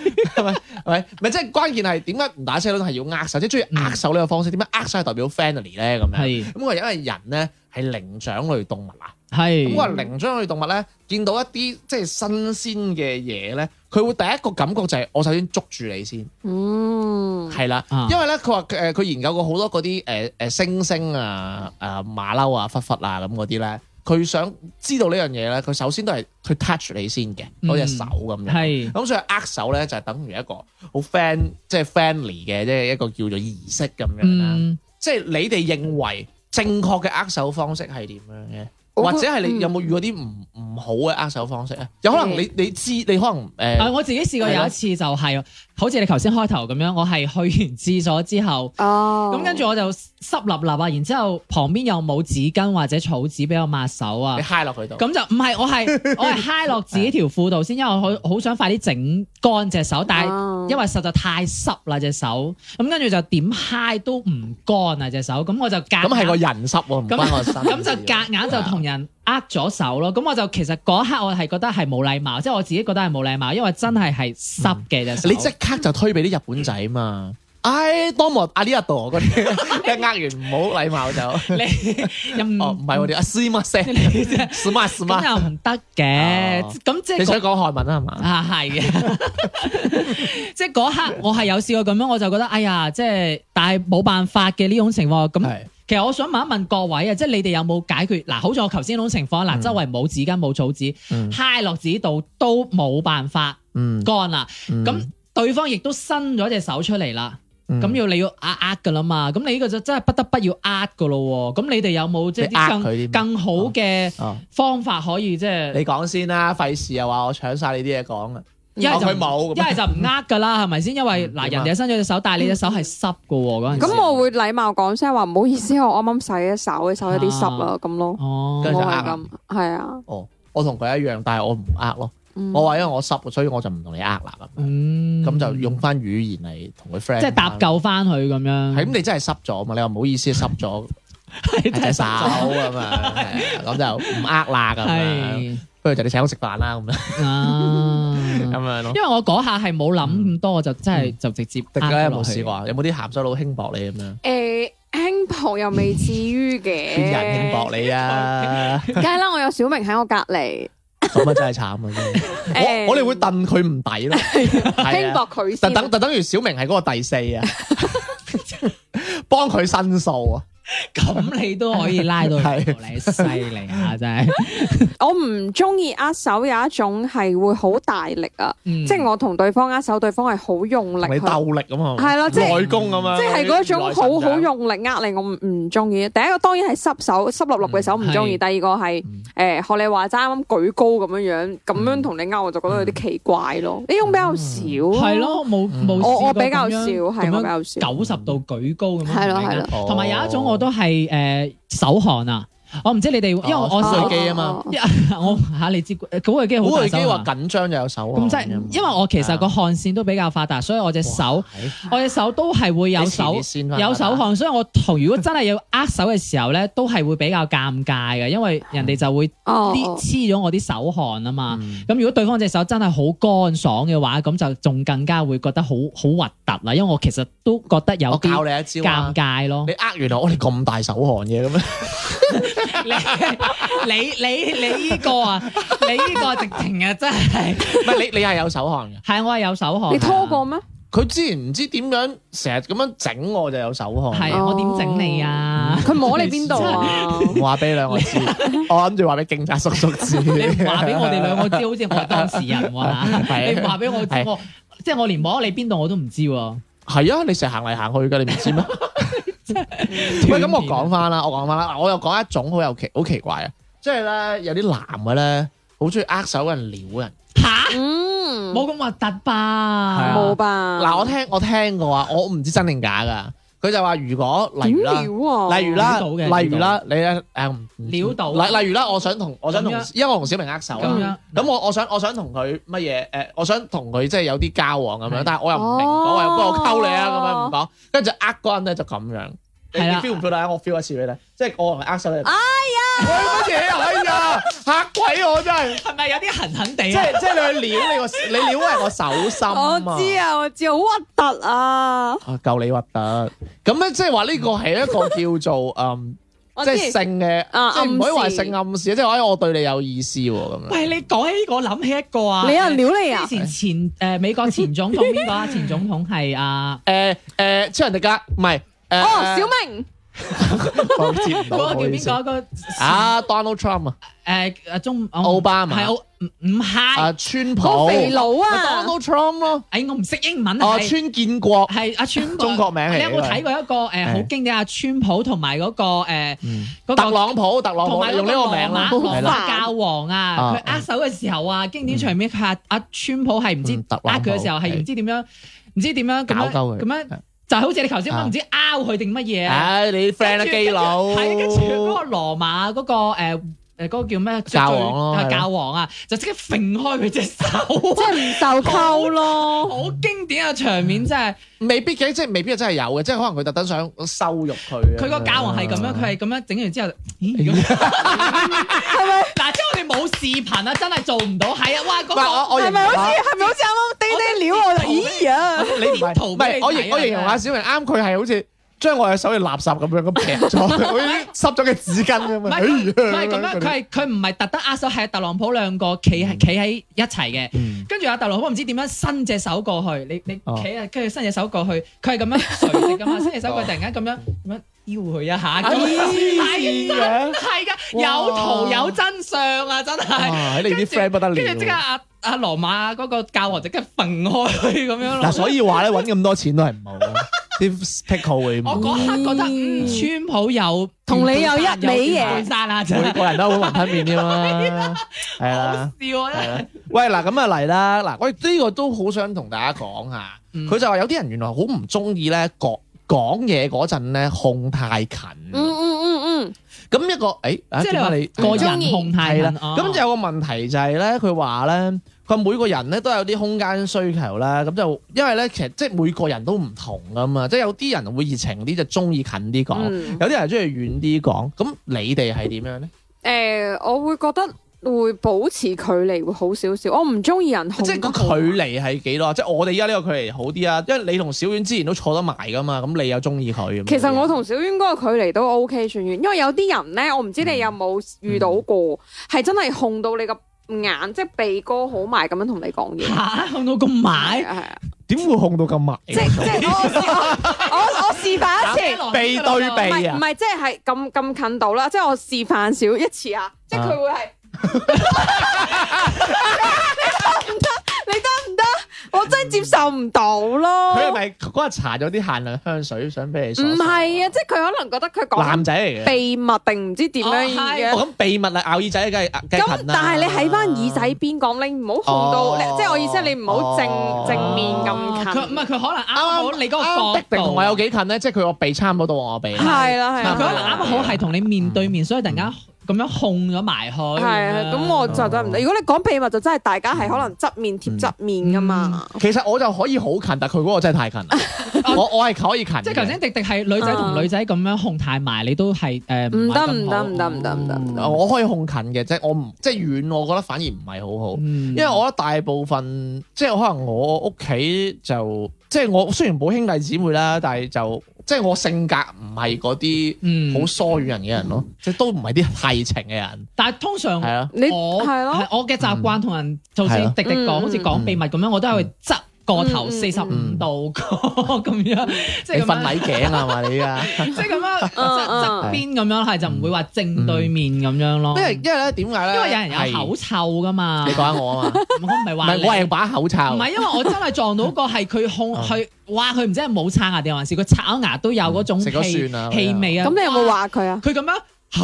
係咪？咪即係關鍵係點解唔打車輪係要握手？即係中意握手呢個方式，點解握手係代表 family 咧？咁樣
係
咁佢話因為人咧係靈長類動物啊，咁佢話
係
靈長類動物咧見到一啲即係新鮮嘅嘢咧，佢會第一個感覺就係我首先捉住你先，
嗯，
係啦。
啊
因為咧，佢話誒佢研究過好多嗰啲誒誒猩猩啊、誒馬騮啊、狒狒啊咁嗰啲咧，佢想知道呢樣嘢咧，佢首先都係去 touch 你先嘅，
嗯
嗰隻手咁樣。
係
咁所以握手咧就係等於一個好 friend 即係 friendly 嘅，即係一個叫做儀式咁樣啦。
嗯
即係你哋認為正確嘅握手方式係點樣嘅？
我
或
覺
者係
嗯
你有冇遇過啲唔唔好嘅握手方式啊？有可能你你知你可能
啊！
誒
我自己試過有一次就係好似你頭先開頭咁樣，我係去完廁所之後。
哦，
咁跟住我就濕立立啊，然之後旁邊又冇紙巾或者草紙俾我抹手啊
你，揩落佢度，
咁就唔係 我係我係揩落自己條褲度先，因為我好好想快啲整乾隻手，但係
哦
因為實在太濕啦隻手，咁跟住就點揩都唔乾啊隻手，咁我就夾
咁係個
硬
人濕喎，唔
咁
關我身事啊
咁就夾硬就同人握咗手咯，咁我就其實嗰一刻我係覺得係冇禮貌，即係我自己覺得係冇禮貌，因為真係係濕嘅隻手。
嗯你即刻就推俾啲日本仔嘛。唉，多莫阿呢一度嗰啲， 一握完唔好禮貌就
你又唔
哦，唔係我哋阿斯乜聲
你真係
斯乜斯
咁
乜，
又唔得嘅
哦，
咁即係
你
嗰
想講韓文啊係嘛？
啊， 係嘅，即係嗰刻我係有試過咁樣，我就覺得哎呀，即係但係冇辦法嘅呢種情況。咁
係
其實我想問一問各位啊，即係你哋有冇解決嗱？好似我頭先嗰種情況，嗱，
嗯
周圍冇紙巾冇草紙，
嗯
揩落自己度都冇辦法
嗯，嗯
乾啦。咁
咁
對方亦都伸咗隻手出嚟啦，咁
咁要
要你要呃呃噶啦嘛，咁你呢個就真係不得不要呃噶咯喎。咁你哋有冇即係
你呃佢
啲
啲咩
更更好嘅
哦，
方法可以即係？
你講先啦，費事又話我搶晒你啲嘢講啊，
一係就
哦佢冇咁
一係就唔呃噶啦，係咪先？因為
嗯
嗱，
點
人
啊
哋係伸咗隻手，但係你隻手係濕噶喎嗰陣時。
咁我會禮貌講聲話，唔好意思，我啱啱洗咗手，手有啲濕啊，咁咯。我
哦
跟住就
係
呃
咁，係啊，
哦，我同佢一樣，但係我唔呃咯，
嗯
我話因為我濕，所以我就唔同你呃啦咁樣，
嗯
咁就用翻語言嚟同佢 friend，
即係搭
救，
救翻佢咁樣。
係咁你真係濕咗嘛？你話唔好意思濕咗
係
隻手咁啊，係啊咁就唔呃啦咁樣，
係
不如就你請我食飯啦咁樣，
啊，
咁樣咯
因。為我嗰下係冇諗咁多，我就真係就直接
嗯迪
呃
哥有
落
冇
去
試？過啊？有冇啲鹹水佬輕薄你咁樣？
誒輕薄又未至於嘅，
邊人輕薄你啊？
梗係啦，我有小明喺我隔離，
咁啊真係慘啊！真係
誒
我我哋會戥佢唔抵 咯，係
輕
啊
薄佢
特
先。
等特等於小明係嗰個第四啊， 幫佢申訴啊，
咁你都可以拉到佢
係
過嚟，你犀利啊！真係，
我唔中意握手，有一種係會好大力啊，
即
即係我同對方握手，對方係好用力
嗯同你
去，
鬥力咁啊嘛，
係咯即係
內功咁啊，
即係嗰種好
內神
好
掌，
用力握你，我唔唔中意。第一個當然係濕手濕立立嘅手唔中意，
嗯
第二個係
嗯
誒學你話齋啱啱舉高咁樣樣，咁樣同你握我就覺得有啲奇怪咯。呢種比較少，
係
係，
咯，冇
嗯
冇
我
試過
我比較
咁
少，
樣
係我
咁
比
樣
較少。
九十度舉高咁樣，
係咯係咯
呃同埋有一種我都係誒手汗啊，我唔知你哋，因為
哦古
我手
巨基啊嘛
哦哦哦
我嚇你知古巨基好
古
大
巨基
手
話
啊
緊張就有手
咁
汗嗯
即
㗎嘛
係因為我其實個汗腺都比較發達，所以我隻手我隻手都係會有手
你前列腺發達
有手汗，所以我同如果真係要握手嘅時候咧，都係會比較尷尬嘅，因為人哋就會
哦
啲
哦
黐咗我啲手汗啊嘛。
嗯
咁如果對方隻手真係好乾爽嘅話，咁就仲更加會覺得好好核突啦。因為我其實都覺得有
我教
啲
你一招啊
尷尬咯
你。呃原來我哋咁大手汗嘅咁樣，
你 你你你呢個啊，你呢個直情啊，真係
唔係你你係有手汗嘅。
係我係有手汗。啊
你
啊
拖過咩？
佢之前唔知點樣，成日咁樣整我就有手汗。
哦
係我點整 你啊？
佢摸你邊度 啊？
唔話俾兩個 知，我諗住話俾警察叔叔知。
你話俾我哋兩個知，好似我係當事人
係啊
喎。你話俾我知
係，
我即係我連摸你邊度我都唔知喎。
係啊，你成日行嚟行去㗎，你唔知咩？ 喂，咁我講翻啦，我講翻啦，我又講一種好有奇好奇怪啊，即係咧有啲男嘅咧，好中意握手人撩人。
吓，
嗯，
冇咁核突
啊
吧？
冇吧？
嗱，我聽我聽過啊，我唔知真定假㗎。佢就話如果例如啦。
點料啊？
例如啦，
哦料到嘅
例如啦，你咧誒唔唔
料到啊
例例如啦，我想同我想同
咁樣，
因為我同小明握手
咁
啊，
樣
咁我我想我想同佢乜嘢誒，我想同佢即係有啲交往咁樣
係，
但係我又唔明
哦
講，我又幫我溝你啊咁樣唔講，跟住就呃嗰人咧就咁樣，你
係
你
啦
feel 唔 feel 到啊？我 feel 一次俾你，即係我同你握手你就。哎呀！喂乜嘢啊？哎呀！嚇鬼我真係，
係咪有啲痕痕
即
地啊？
係即係你去撩你個你撩係我手心啊！
我知啊，我知，好核突啊！
啊，夠你核突。咁咧即係話呢個係一個叫 做嗯。
我
即
知
係性嘅，
啊
即係唔可以話
暗
係
示
性暗示，即係話哎我對你有意思喎咁樣。
喂，你講起呢個諗起一個啊，
你有人撩你啊
之？前前誒美國前總統邊個 啊？前總統係啊，
誒誒，超人迪加唔係誒，
哦， 小明，
我接唔到唔
嗰個叫
好意
邊
思
個？嗰個
啊，Donald Trump 啊，
誒誒中
奧巴馬
係奧唔唔係
啊，川普，
個肥佬啊，
Donald Trump 咯，
誒我唔識英文啊
哦，
係
川建國，
係阿川
中國名嚟
你
嘅
有冇睇過一個誒好經典阿啊川普同埋嗰個誒嗰
嗯特
個
朗普，特朗
同
普，
埋
你哦用呢個名啦，
羅馬
係
羅
啦，
馬教皇啊，
啊
佢握手嘅時候啊，經典場面佢係阿川普係唔知
嗯
握
特朗
佢
普
嘅時候係唔知點樣，唔知點樣咁樣
搞鳩佢
咁樣
係
就好似你頭先咁
啊
唔知拗佢定乜嘢啊？
唉，你 friend 啦，基佬，
係啊跟住嗰個羅馬嗰個誒誒嗰個叫咩
教皇咯
係
係咯
教皇啊，就即刻揈開佢隻手，啊
即係唔受溝咯。
好經典嘅啊場面真係。
未必嘅，即係未必係真係有嘅，即係可能佢特登想羞辱佢啊。
佢個教皇係咁樣，佢係咁樣整完之後，
哎
咦？咁嗱，即係我哋冇視頻啊，真係做 唔到。係啊，哇！嗰
唔係
個
我我
係
形
咪好
容
似
啊
係咪好似啱啱叮叮料我就？咦呀！
哎你唔係
圖
唔
俾
係，
你
我
睇
形
啊
我形容阿小明啱，佢係好似將我嘅手嘅垃圾咁樣咁劈咗，好似濕咗嘅紙巾咁
唔
樣。
係佢唔
哎
係
呀
咁樣，佢係佢唔係特登握手，係特朗普兩個企
嗯
係企喺一齊嘅。跟住阿特朗普唔知點樣伸隻手過去，你你
哦
企啊，跟住伸隻手過去，佢係咁樣垂直咁嘛，啊伸隻手過去，突然間咁樣咁樣邀佢一下，咁啊
哎
係真
嘅
係㗎，有圖有真相啊，真係。
哇你啲
跟住
friend 不得了
跟住即刻阿阿羅馬嗰個教皇即刻揈開佢咁樣
嗱，
咯。
所以話咧揾咁多錢都係唔好，啊啲 pickle 會
我
唔好
嗰刻覺得，嗯，川普有
同你有一味嘢
晒啦，真
每
係
個人都好雲吞麵㗎 嘛，啊係啦。
笑啊！
係啦，喂嗱，咁啊嚟啦，嗱，我呢個都好想同大家講下，
嗯
佢就話有啲人原來好唔中意咧講講嘢嗰陣咧控太近，
嗯嗯嗯
咁一個誒，啊
即係你話
點解
你個人控太
係啦，
人，
咁就有個問題就係咧，佢話咧，佢每個人咧都有啲空間需求啦，咁就因為咧，其實即係每個人都唔同噶嘛，即係有啲人會熱情啲，就中意近啲講，
嗯嗯，
有啲人中意遠啲講，咁你哋係點樣咧？
誒，我會覺得會保持距離會好少少。我唔中意人控
即係個距離係幾多啊？即係我哋而家呢個距離好啲啊，因為你同小婉之前都坐得埋噶嘛，咁你又中意佢咁樣。
其實我同小娟嗰個距離都 O K 算遠，因為有啲人咧，我唔知你有冇遇到過，係真係控到你個眼，即係鼻哥好埋咁樣同你講嘢。
嚇控到咁埋
係，啊係啊
點會控到咁埋？
即即係我 我我我示範一次。
鼻對
唔
鼻
係唔
啊！
係，即係咁咁近到啦，即係我示範少一次啊，即係佢會係你得唔得？你得唔得？我真係接受唔到咯。
佢係咪嗰日搽咗啲限量香水，想俾你？
唔係啊，，即係佢可能覺得佢講
男仔嚟嘅。
秘密定唔知點樣
哦係
嘅。
哦，咁秘密啊，咬耳仔梗係梗係
咁
近啦。啊
但係你喺翻耳仔邊講，你唔好控
哦
到，你即係我意思，你唔好正
哦
正面咁
佢唔
近。
係佢可能啱好你嗰個角
啱
度
迪迪同我有幾近咧？即係佢個鼻差唔多到我鼻。
係啦係
佢
啦，
可能啱好係同你面對面，所以突然間咁樣控咗埋去。
係啊，咁我就真係唔得。如果你講秘密就真係大家係可能側
嗯
面貼側面噶嘛。
其實我就可以好近，但佢嗰個真係 太近啦。我我係可以近嘅。
即係頭先迪迪係女仔同女仔咁樣控太埋，你都係誒
嗯唔得唔得唔得唔得唔得唔得，
我可以控近嘅，即係我唔即係遠，我覺得反而唔係好好。
因
嗯
因為我覺得大部分即係可能我屋企就即係我雖然冇兄弟姊妹啦，但係就即係我性格唔係嗰啲
嗯
好疏遠人嘅人咯，即係都唔係啲係情嘅人，
但係通常
係啊，
你
我
係咯
係我嘅習慣同人，就
係
算
啊
迪迪講，
嗯
好似講秘密咁樣，我都係會側個頭
嗯
四十五
嗯
度角咁 樣，即
你瞓
係咁樣，
禮頸啊嘛你啊，
即係咁樣側
嗯
側邊咁樣，係就唔會話正對面咁樣咯
因。為因為咧點解咧？
因為有人有口
哦嗯係，
臭噶嘛
你，講緊我啊嘛，
我唔係
唔
話
係
你
我係把口臭
唔，係因為我真係撞到個係佢控
啊
佢，哇！佢唔知係冇刷牙定還是佢刷咗牙都有嗰種
食咗
氣
蒜啊
氣味啊。
咁你有冇
哇
話佢啊？
佢 咁樣嚇，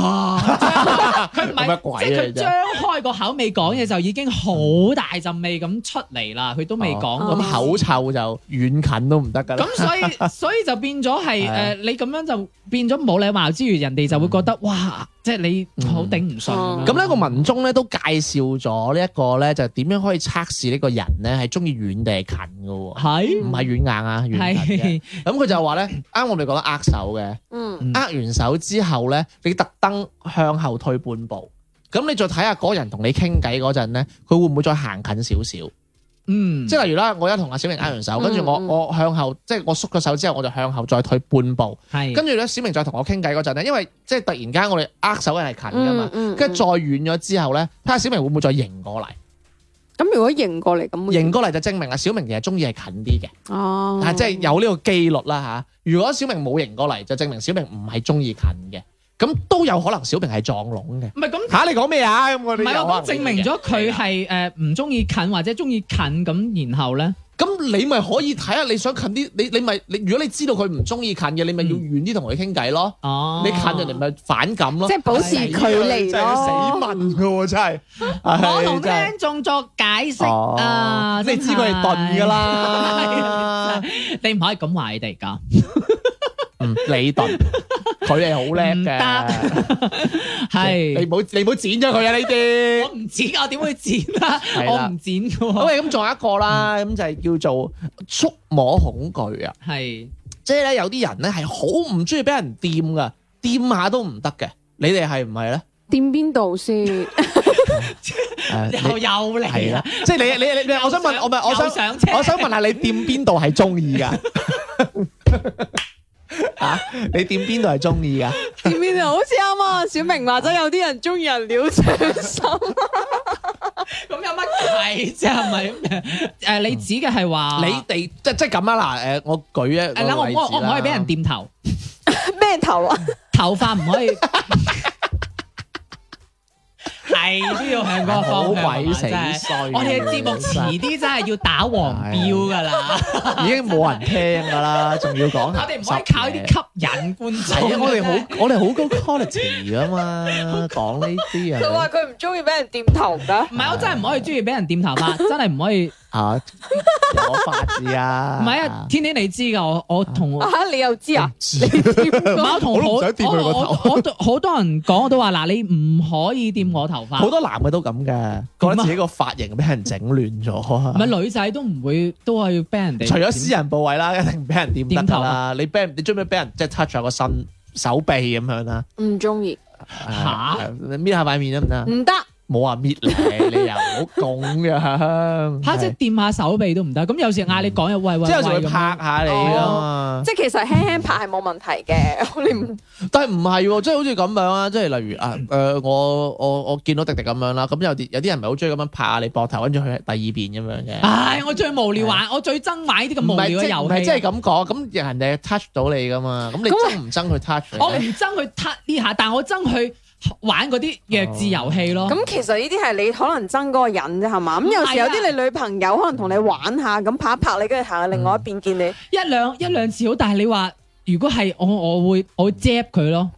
佢唔
咁乜鬼
係
啊
即係佢
你真
張開個口未講嘢就已經好大陣味咁出嚟啦，佢都未講
哦
過
咁口。臭就遠近都唔得㗎啦。
咁所以 所以就變咗係
係啊
誒，你咁樣就變咗冇禮貌之餘，人哋就會覺得哇，即係你好頂唔
嗯
順啊咁樣。
嗯哦咁呢個文中咧都介紹咗呢一個咧，就點樣可以測試呢個人咧係中意遠定係近嘅喎，
係
唔係軟硬啊，遠近嘅。
係
咁佢就話咧，啱我哋講得握手嘅，
嗯
嗯
握完手之後咧，你特登向後退半步，咁你再睇下嗰人同你傾偈嗰陣咧，佢會唔會再行近少少？
嗯，
即係例如啦，我而家同阿小明握完手，跟住我
嗯嗯
我向後，即係我縮咗手之後，我就向後再退半步，
嗯
係
跟住咧小明再同我傾偈嗰陣咧，因為即係突然間我哋握手嘅係近㗎嘛。
嗯
跟住再遠咗之後咧，睇下小明會唔會再迎過嚟？
咁如果迎過嚟咁會
迎過嚟就證明啊，小明其實中意係近啲嘅，
哦，
但係即係有呢個機率啦吓。如果小明冇迎過嚟，就證明小明唔係中意近嘅，咁都有可能小明係撞聾嘅。
唔係咁？
吓、你講咩啊？咁我
唔
哋
係
有
我
啊
咁證明咗佢。係誒唔中意近或者中意近咁，然後咧
咁你咪可以睇下你想近啲，你你咪你，如果你知道佢唔中意近嘅，你咪要遠啲同佢傾偈咯。
哦，
你近人哋咪反感咯。啊
即係保持距離
真係要死
咯。
問嘅喎，真係。
我同
唉真係哦
聽眾作解釋啊！
你知佢係鈍 噶，啦，
你唔可以咁話你哋噶。
嗯，你鈍，佢係好叻
唔
嘅，
得
你
係
唔好你唔好剪咗佢啊呢
我
啲。
唔剪，我點會剪啊？
係啦
我唔剪嘅
好
喎。
喂，咁仲有一個啦，咁就係叫做觸摸恐懼啊，
係
即係咧有啲人咧係好唔中意俾人掂噶，掂下都唔得嘅，你哋係唔係咧？
掂邊度 先？
誒
又
你
又
係
嚟
啦
啦！，
即係你你你你，我想問，我咪我想
啊又上車
我想問下你掂邊度係中 意噶？啊，你掂邊度係中意噶？
掂邊度？好似啱啊！小明話齋有啲人中意人撩上心。
咁有乜計啫？係咪 誒？你指嘅係話
你哋即即係咁啊嗱，誒，我舉一
誒嗱，
個
啊我
例
我
子
我唔可以俾人
啦
掂頭，
咩頭啊？
頭髮唔可以。係都要向嗰個方向
好
啊
鬼死
真係
衰啊。
我哋嘅節目遲啲真係要打黃標噶啦，
已經冇人聽㗎啦，仲要講
我哋唔
鹹濕嘢
可以靠呢啲吸引 觀
係啊
眾。
我哋好我哋好高 quality 㗎嘛，講呢啲
佢話
啊
佢唔中意俾人掂頭噶。
唔係，我真係唔可以中意俾人掂 頭髮，真係唔可以。唔
啊，我法治啊，
係啊，天天你知噶，我我 同唔
啊！你又知啊？
嗯
係我同
我都唔
好
想掂佢個頭
我我我好多人講我都話嗱，你唔可以掂我頭
好
髮。
多男嘅都咁嘅，覺得自己個髮型俾人整亂咗
啊唔係
啊。
女仔都唔會都係要俾人哋
除咗私人部位啦，一定唔俾人掂得㗎
啊
啦。你俾人你最尾俾人即係 touch 下個身手臂咁樣啦，
唔中意，
嚇嗯
你搣下塊面得唔得？
唔得。
冇話搣你，你又唔好咁樣。
嚇，即係掂下手臂都唔得。咁有時嗌你講嘢，喂喂，
嗯即係有時會
喂咁
拍下你啊嘛，
即係其實輕輕拍係冇問題嘅，你唔
但係唔係喎，即係好似咁樣啊，即係例如啊，誒、我我我見到迪迪咁樣啦，咁有啲有啲人咪好中意咁樣拍下你膊頭，跟住去第二邊咁樣嘅。
唉，我最無聊玩，我最憎玩呢啲咁無
唔係即
聊
係唔
嘅
係
遊
即係
戲。啊
咁講，咁人哋 touch 到你噶嘛，咁你
咁
憎唔憎佢 touch 你
啊我唔
咧？
憎佢 touch 呢下，但我憎佢玩嗰啲弱智
哦
遊戲咯。
咁其實呢啲係你可能憎嗰個人啫，係嘛？咁有時有
唔係啊
啲你女朋友可能同你玩下，咁拍一拍你，跟住行去另外一邊見你，
一兩一兩次好，但係你話如果係我，我會我會 jab 佢咯，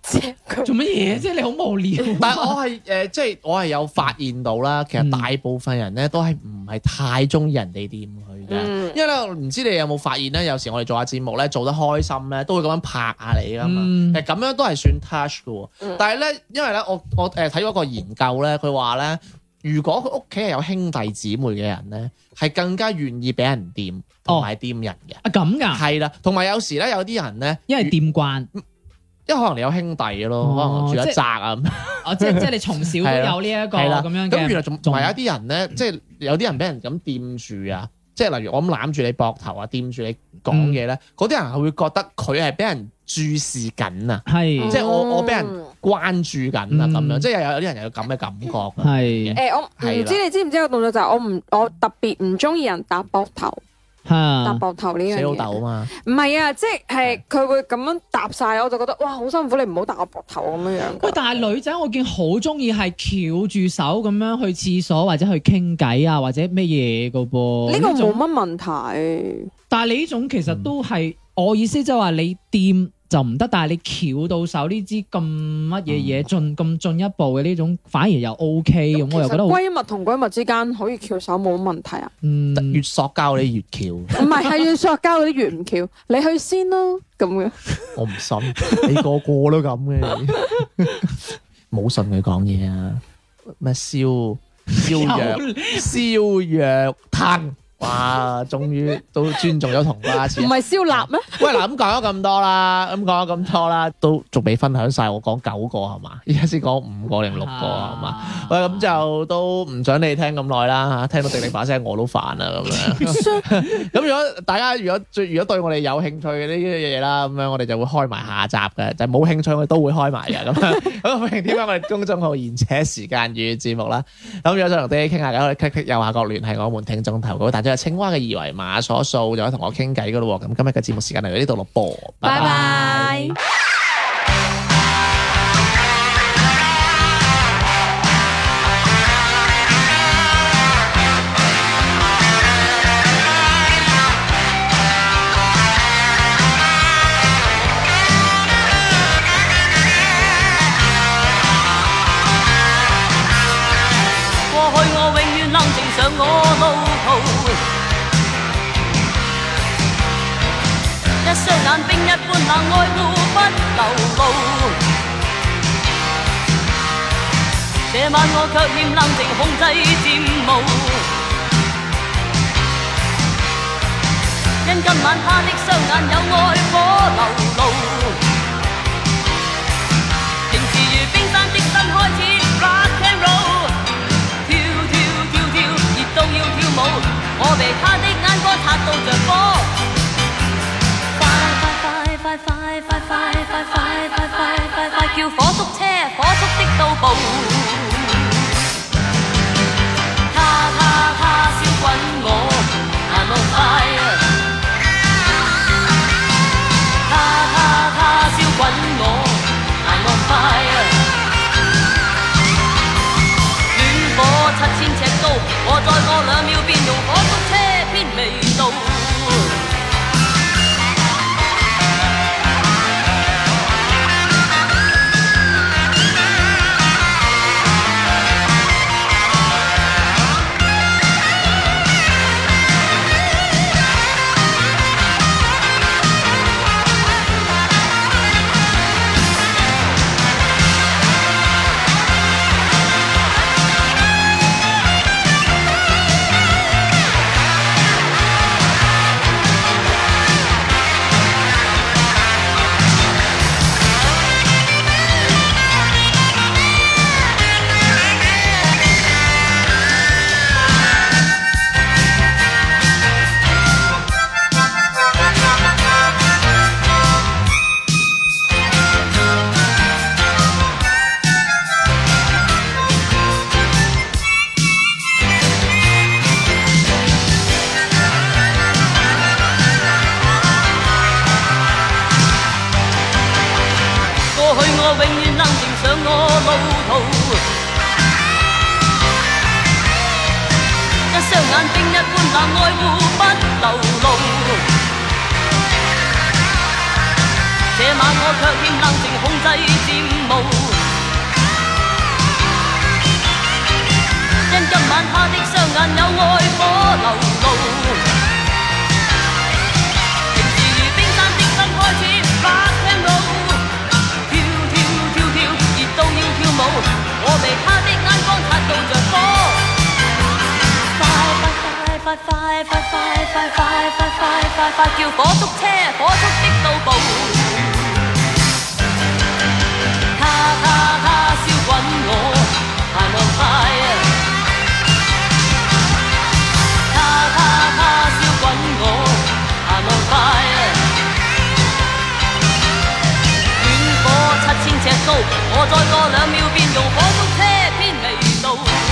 做乜嘢？即係你好無 聊。
但係我 係誒，即係我係有發現到啦。其實
嗯
大部分人咧都係唔係太中意人哋掂佢嘅，
嗯
因為咧我唔知你有冇發現咧，有時我哋做下節目咧，做得開心咧，都會咁樣拍下你噶嘛。
嗯
其實咁樣都係算 touch 嘅喎。
嗯
但係咧，因為咧，我我誒睇過一個研究咧，佢話咧，如果佢屋企係有兄弟姊妹嘅人咧，係更加願意俾人掂同埋掂人嘅。
啊咁㗎，
係啦，同埋有時咧，有啲人咧，
因為掂慣，
因為可能你有兄弟咯，可
哦
能住
即
一
係
宅啊咁。
哦，即係即係你從小
係
都有
啦
呢一個
係啦，
咁樣
咁原
嘅。
來仲
仲嗯
仲有一啲人咧，即係有啲人俾人咁掂住啊，即係例如我咁攬住你膊頭啊，掂住你講嘢
嗯
咧，嗰啲、人係會覺得佢係俾人注視緊啊，
係
即係我我俾人關注緊啊咁樣，
嗯
即係有有啲人有咁嘅感覺啊。
係
誒，我唔
係啦
知你知唔知個動作就係我唔我特別唔中意人搭膊頭，搭
嚇，
膊頭呢樣
死
嘢。
老豆啊嘛，
唔係啊，即係佢會咁樣搭晒，我就覺得哇好辛苦，你唔好搭我膊頭咁樣樣㗎。
喂，但係女仔我見好中意係翹住手咁樣去廁所或者去傾偈啊，或者咩嘢嘅噃。
呢個
種
冇乜問題，
但係你呢種其實都係、我意思，即係話你掂就唔得，但係你翹到手呢支咁乜嘢嘢進咁進一步嘅呢種，反而又 O K 咁，我又覺得好
其實閨蜜同閨蜜之間可以翹手冇乜問題啊。
嗯
越塑膠你越翹，
唔係係要塑膠嗰啲越唔翹，你去先咯咁 樣。
我唔信，你個個都咁嘅， 冇信佢講嘢啊，咩燒燒藥。燒藥 吞，哇！終於都尊重咗同花次
唔。係燒臘咩？
喂，嗱咁講咗咁多啦，咁講咗咁多啦，都仲未分享晒。我講九個係嘛？而家先講五個定六個啊係嘛？
嘛
喂，咁就都唔想你聽咁耐啦嚇，聽到迪迪把聲我都煩啦咁樣。咁如果大家如果最如果對我哋有興趣嘅呢啲嘢啦，咁樣我哋就會開埋下集嘅，就冇興趣我哋都會開埋嘅咁樣。咁歡迎添加我哋公眾號賢者時間與節目啦。咁如果想同爹哋傾下偈，可以 click click 右下角聯繫我們聽眾投稿，彈出有青蛙嘅二維碼所掃就可以同我傾偈噶咯喎。咁今日嘅節目時間嚟到呢度咯噃，拜拜。
拜。
過去我永遠冷靜上我路途，一雙眼冰一般冷愛互不流露。這晚我卻欠冷靜控制漸無，因今晚他的雙眼有愛火流露。平時如冰山的心開始 rock and roll，跳跳跳跳，熱到要跳舞。我被他的眼光嚇到着火。快快快快快快快快快快快快快叫火速車，火速的到步。他他他燒滾我，I'm on fire。他他他燒滾我，I'm on fire。暖火七千尺高，我再過兩秒變用火速車，偏未到。
Hãy subscribe cho kênh Ghiền Mì Gõ Để không bỏ lỡ
過去，我永遠能迎上我路途。一雙眼冰一般冷愛護不流露。這晚我卻欠冷靜控制漸霧，因今晚他的雙眼有愛火流露。平時如冰山的分開始發青露，跳跳跳跳，熱到要跳舞，我被他的眼光擦到着火。快快快快快快快快快快快快快快叫火速車，火速的到步。他他他燒滾我，行路快啊！他他他燒滾我，行路快啊！遠火七千尺高，我再過兩秒變用火速車，偏未到。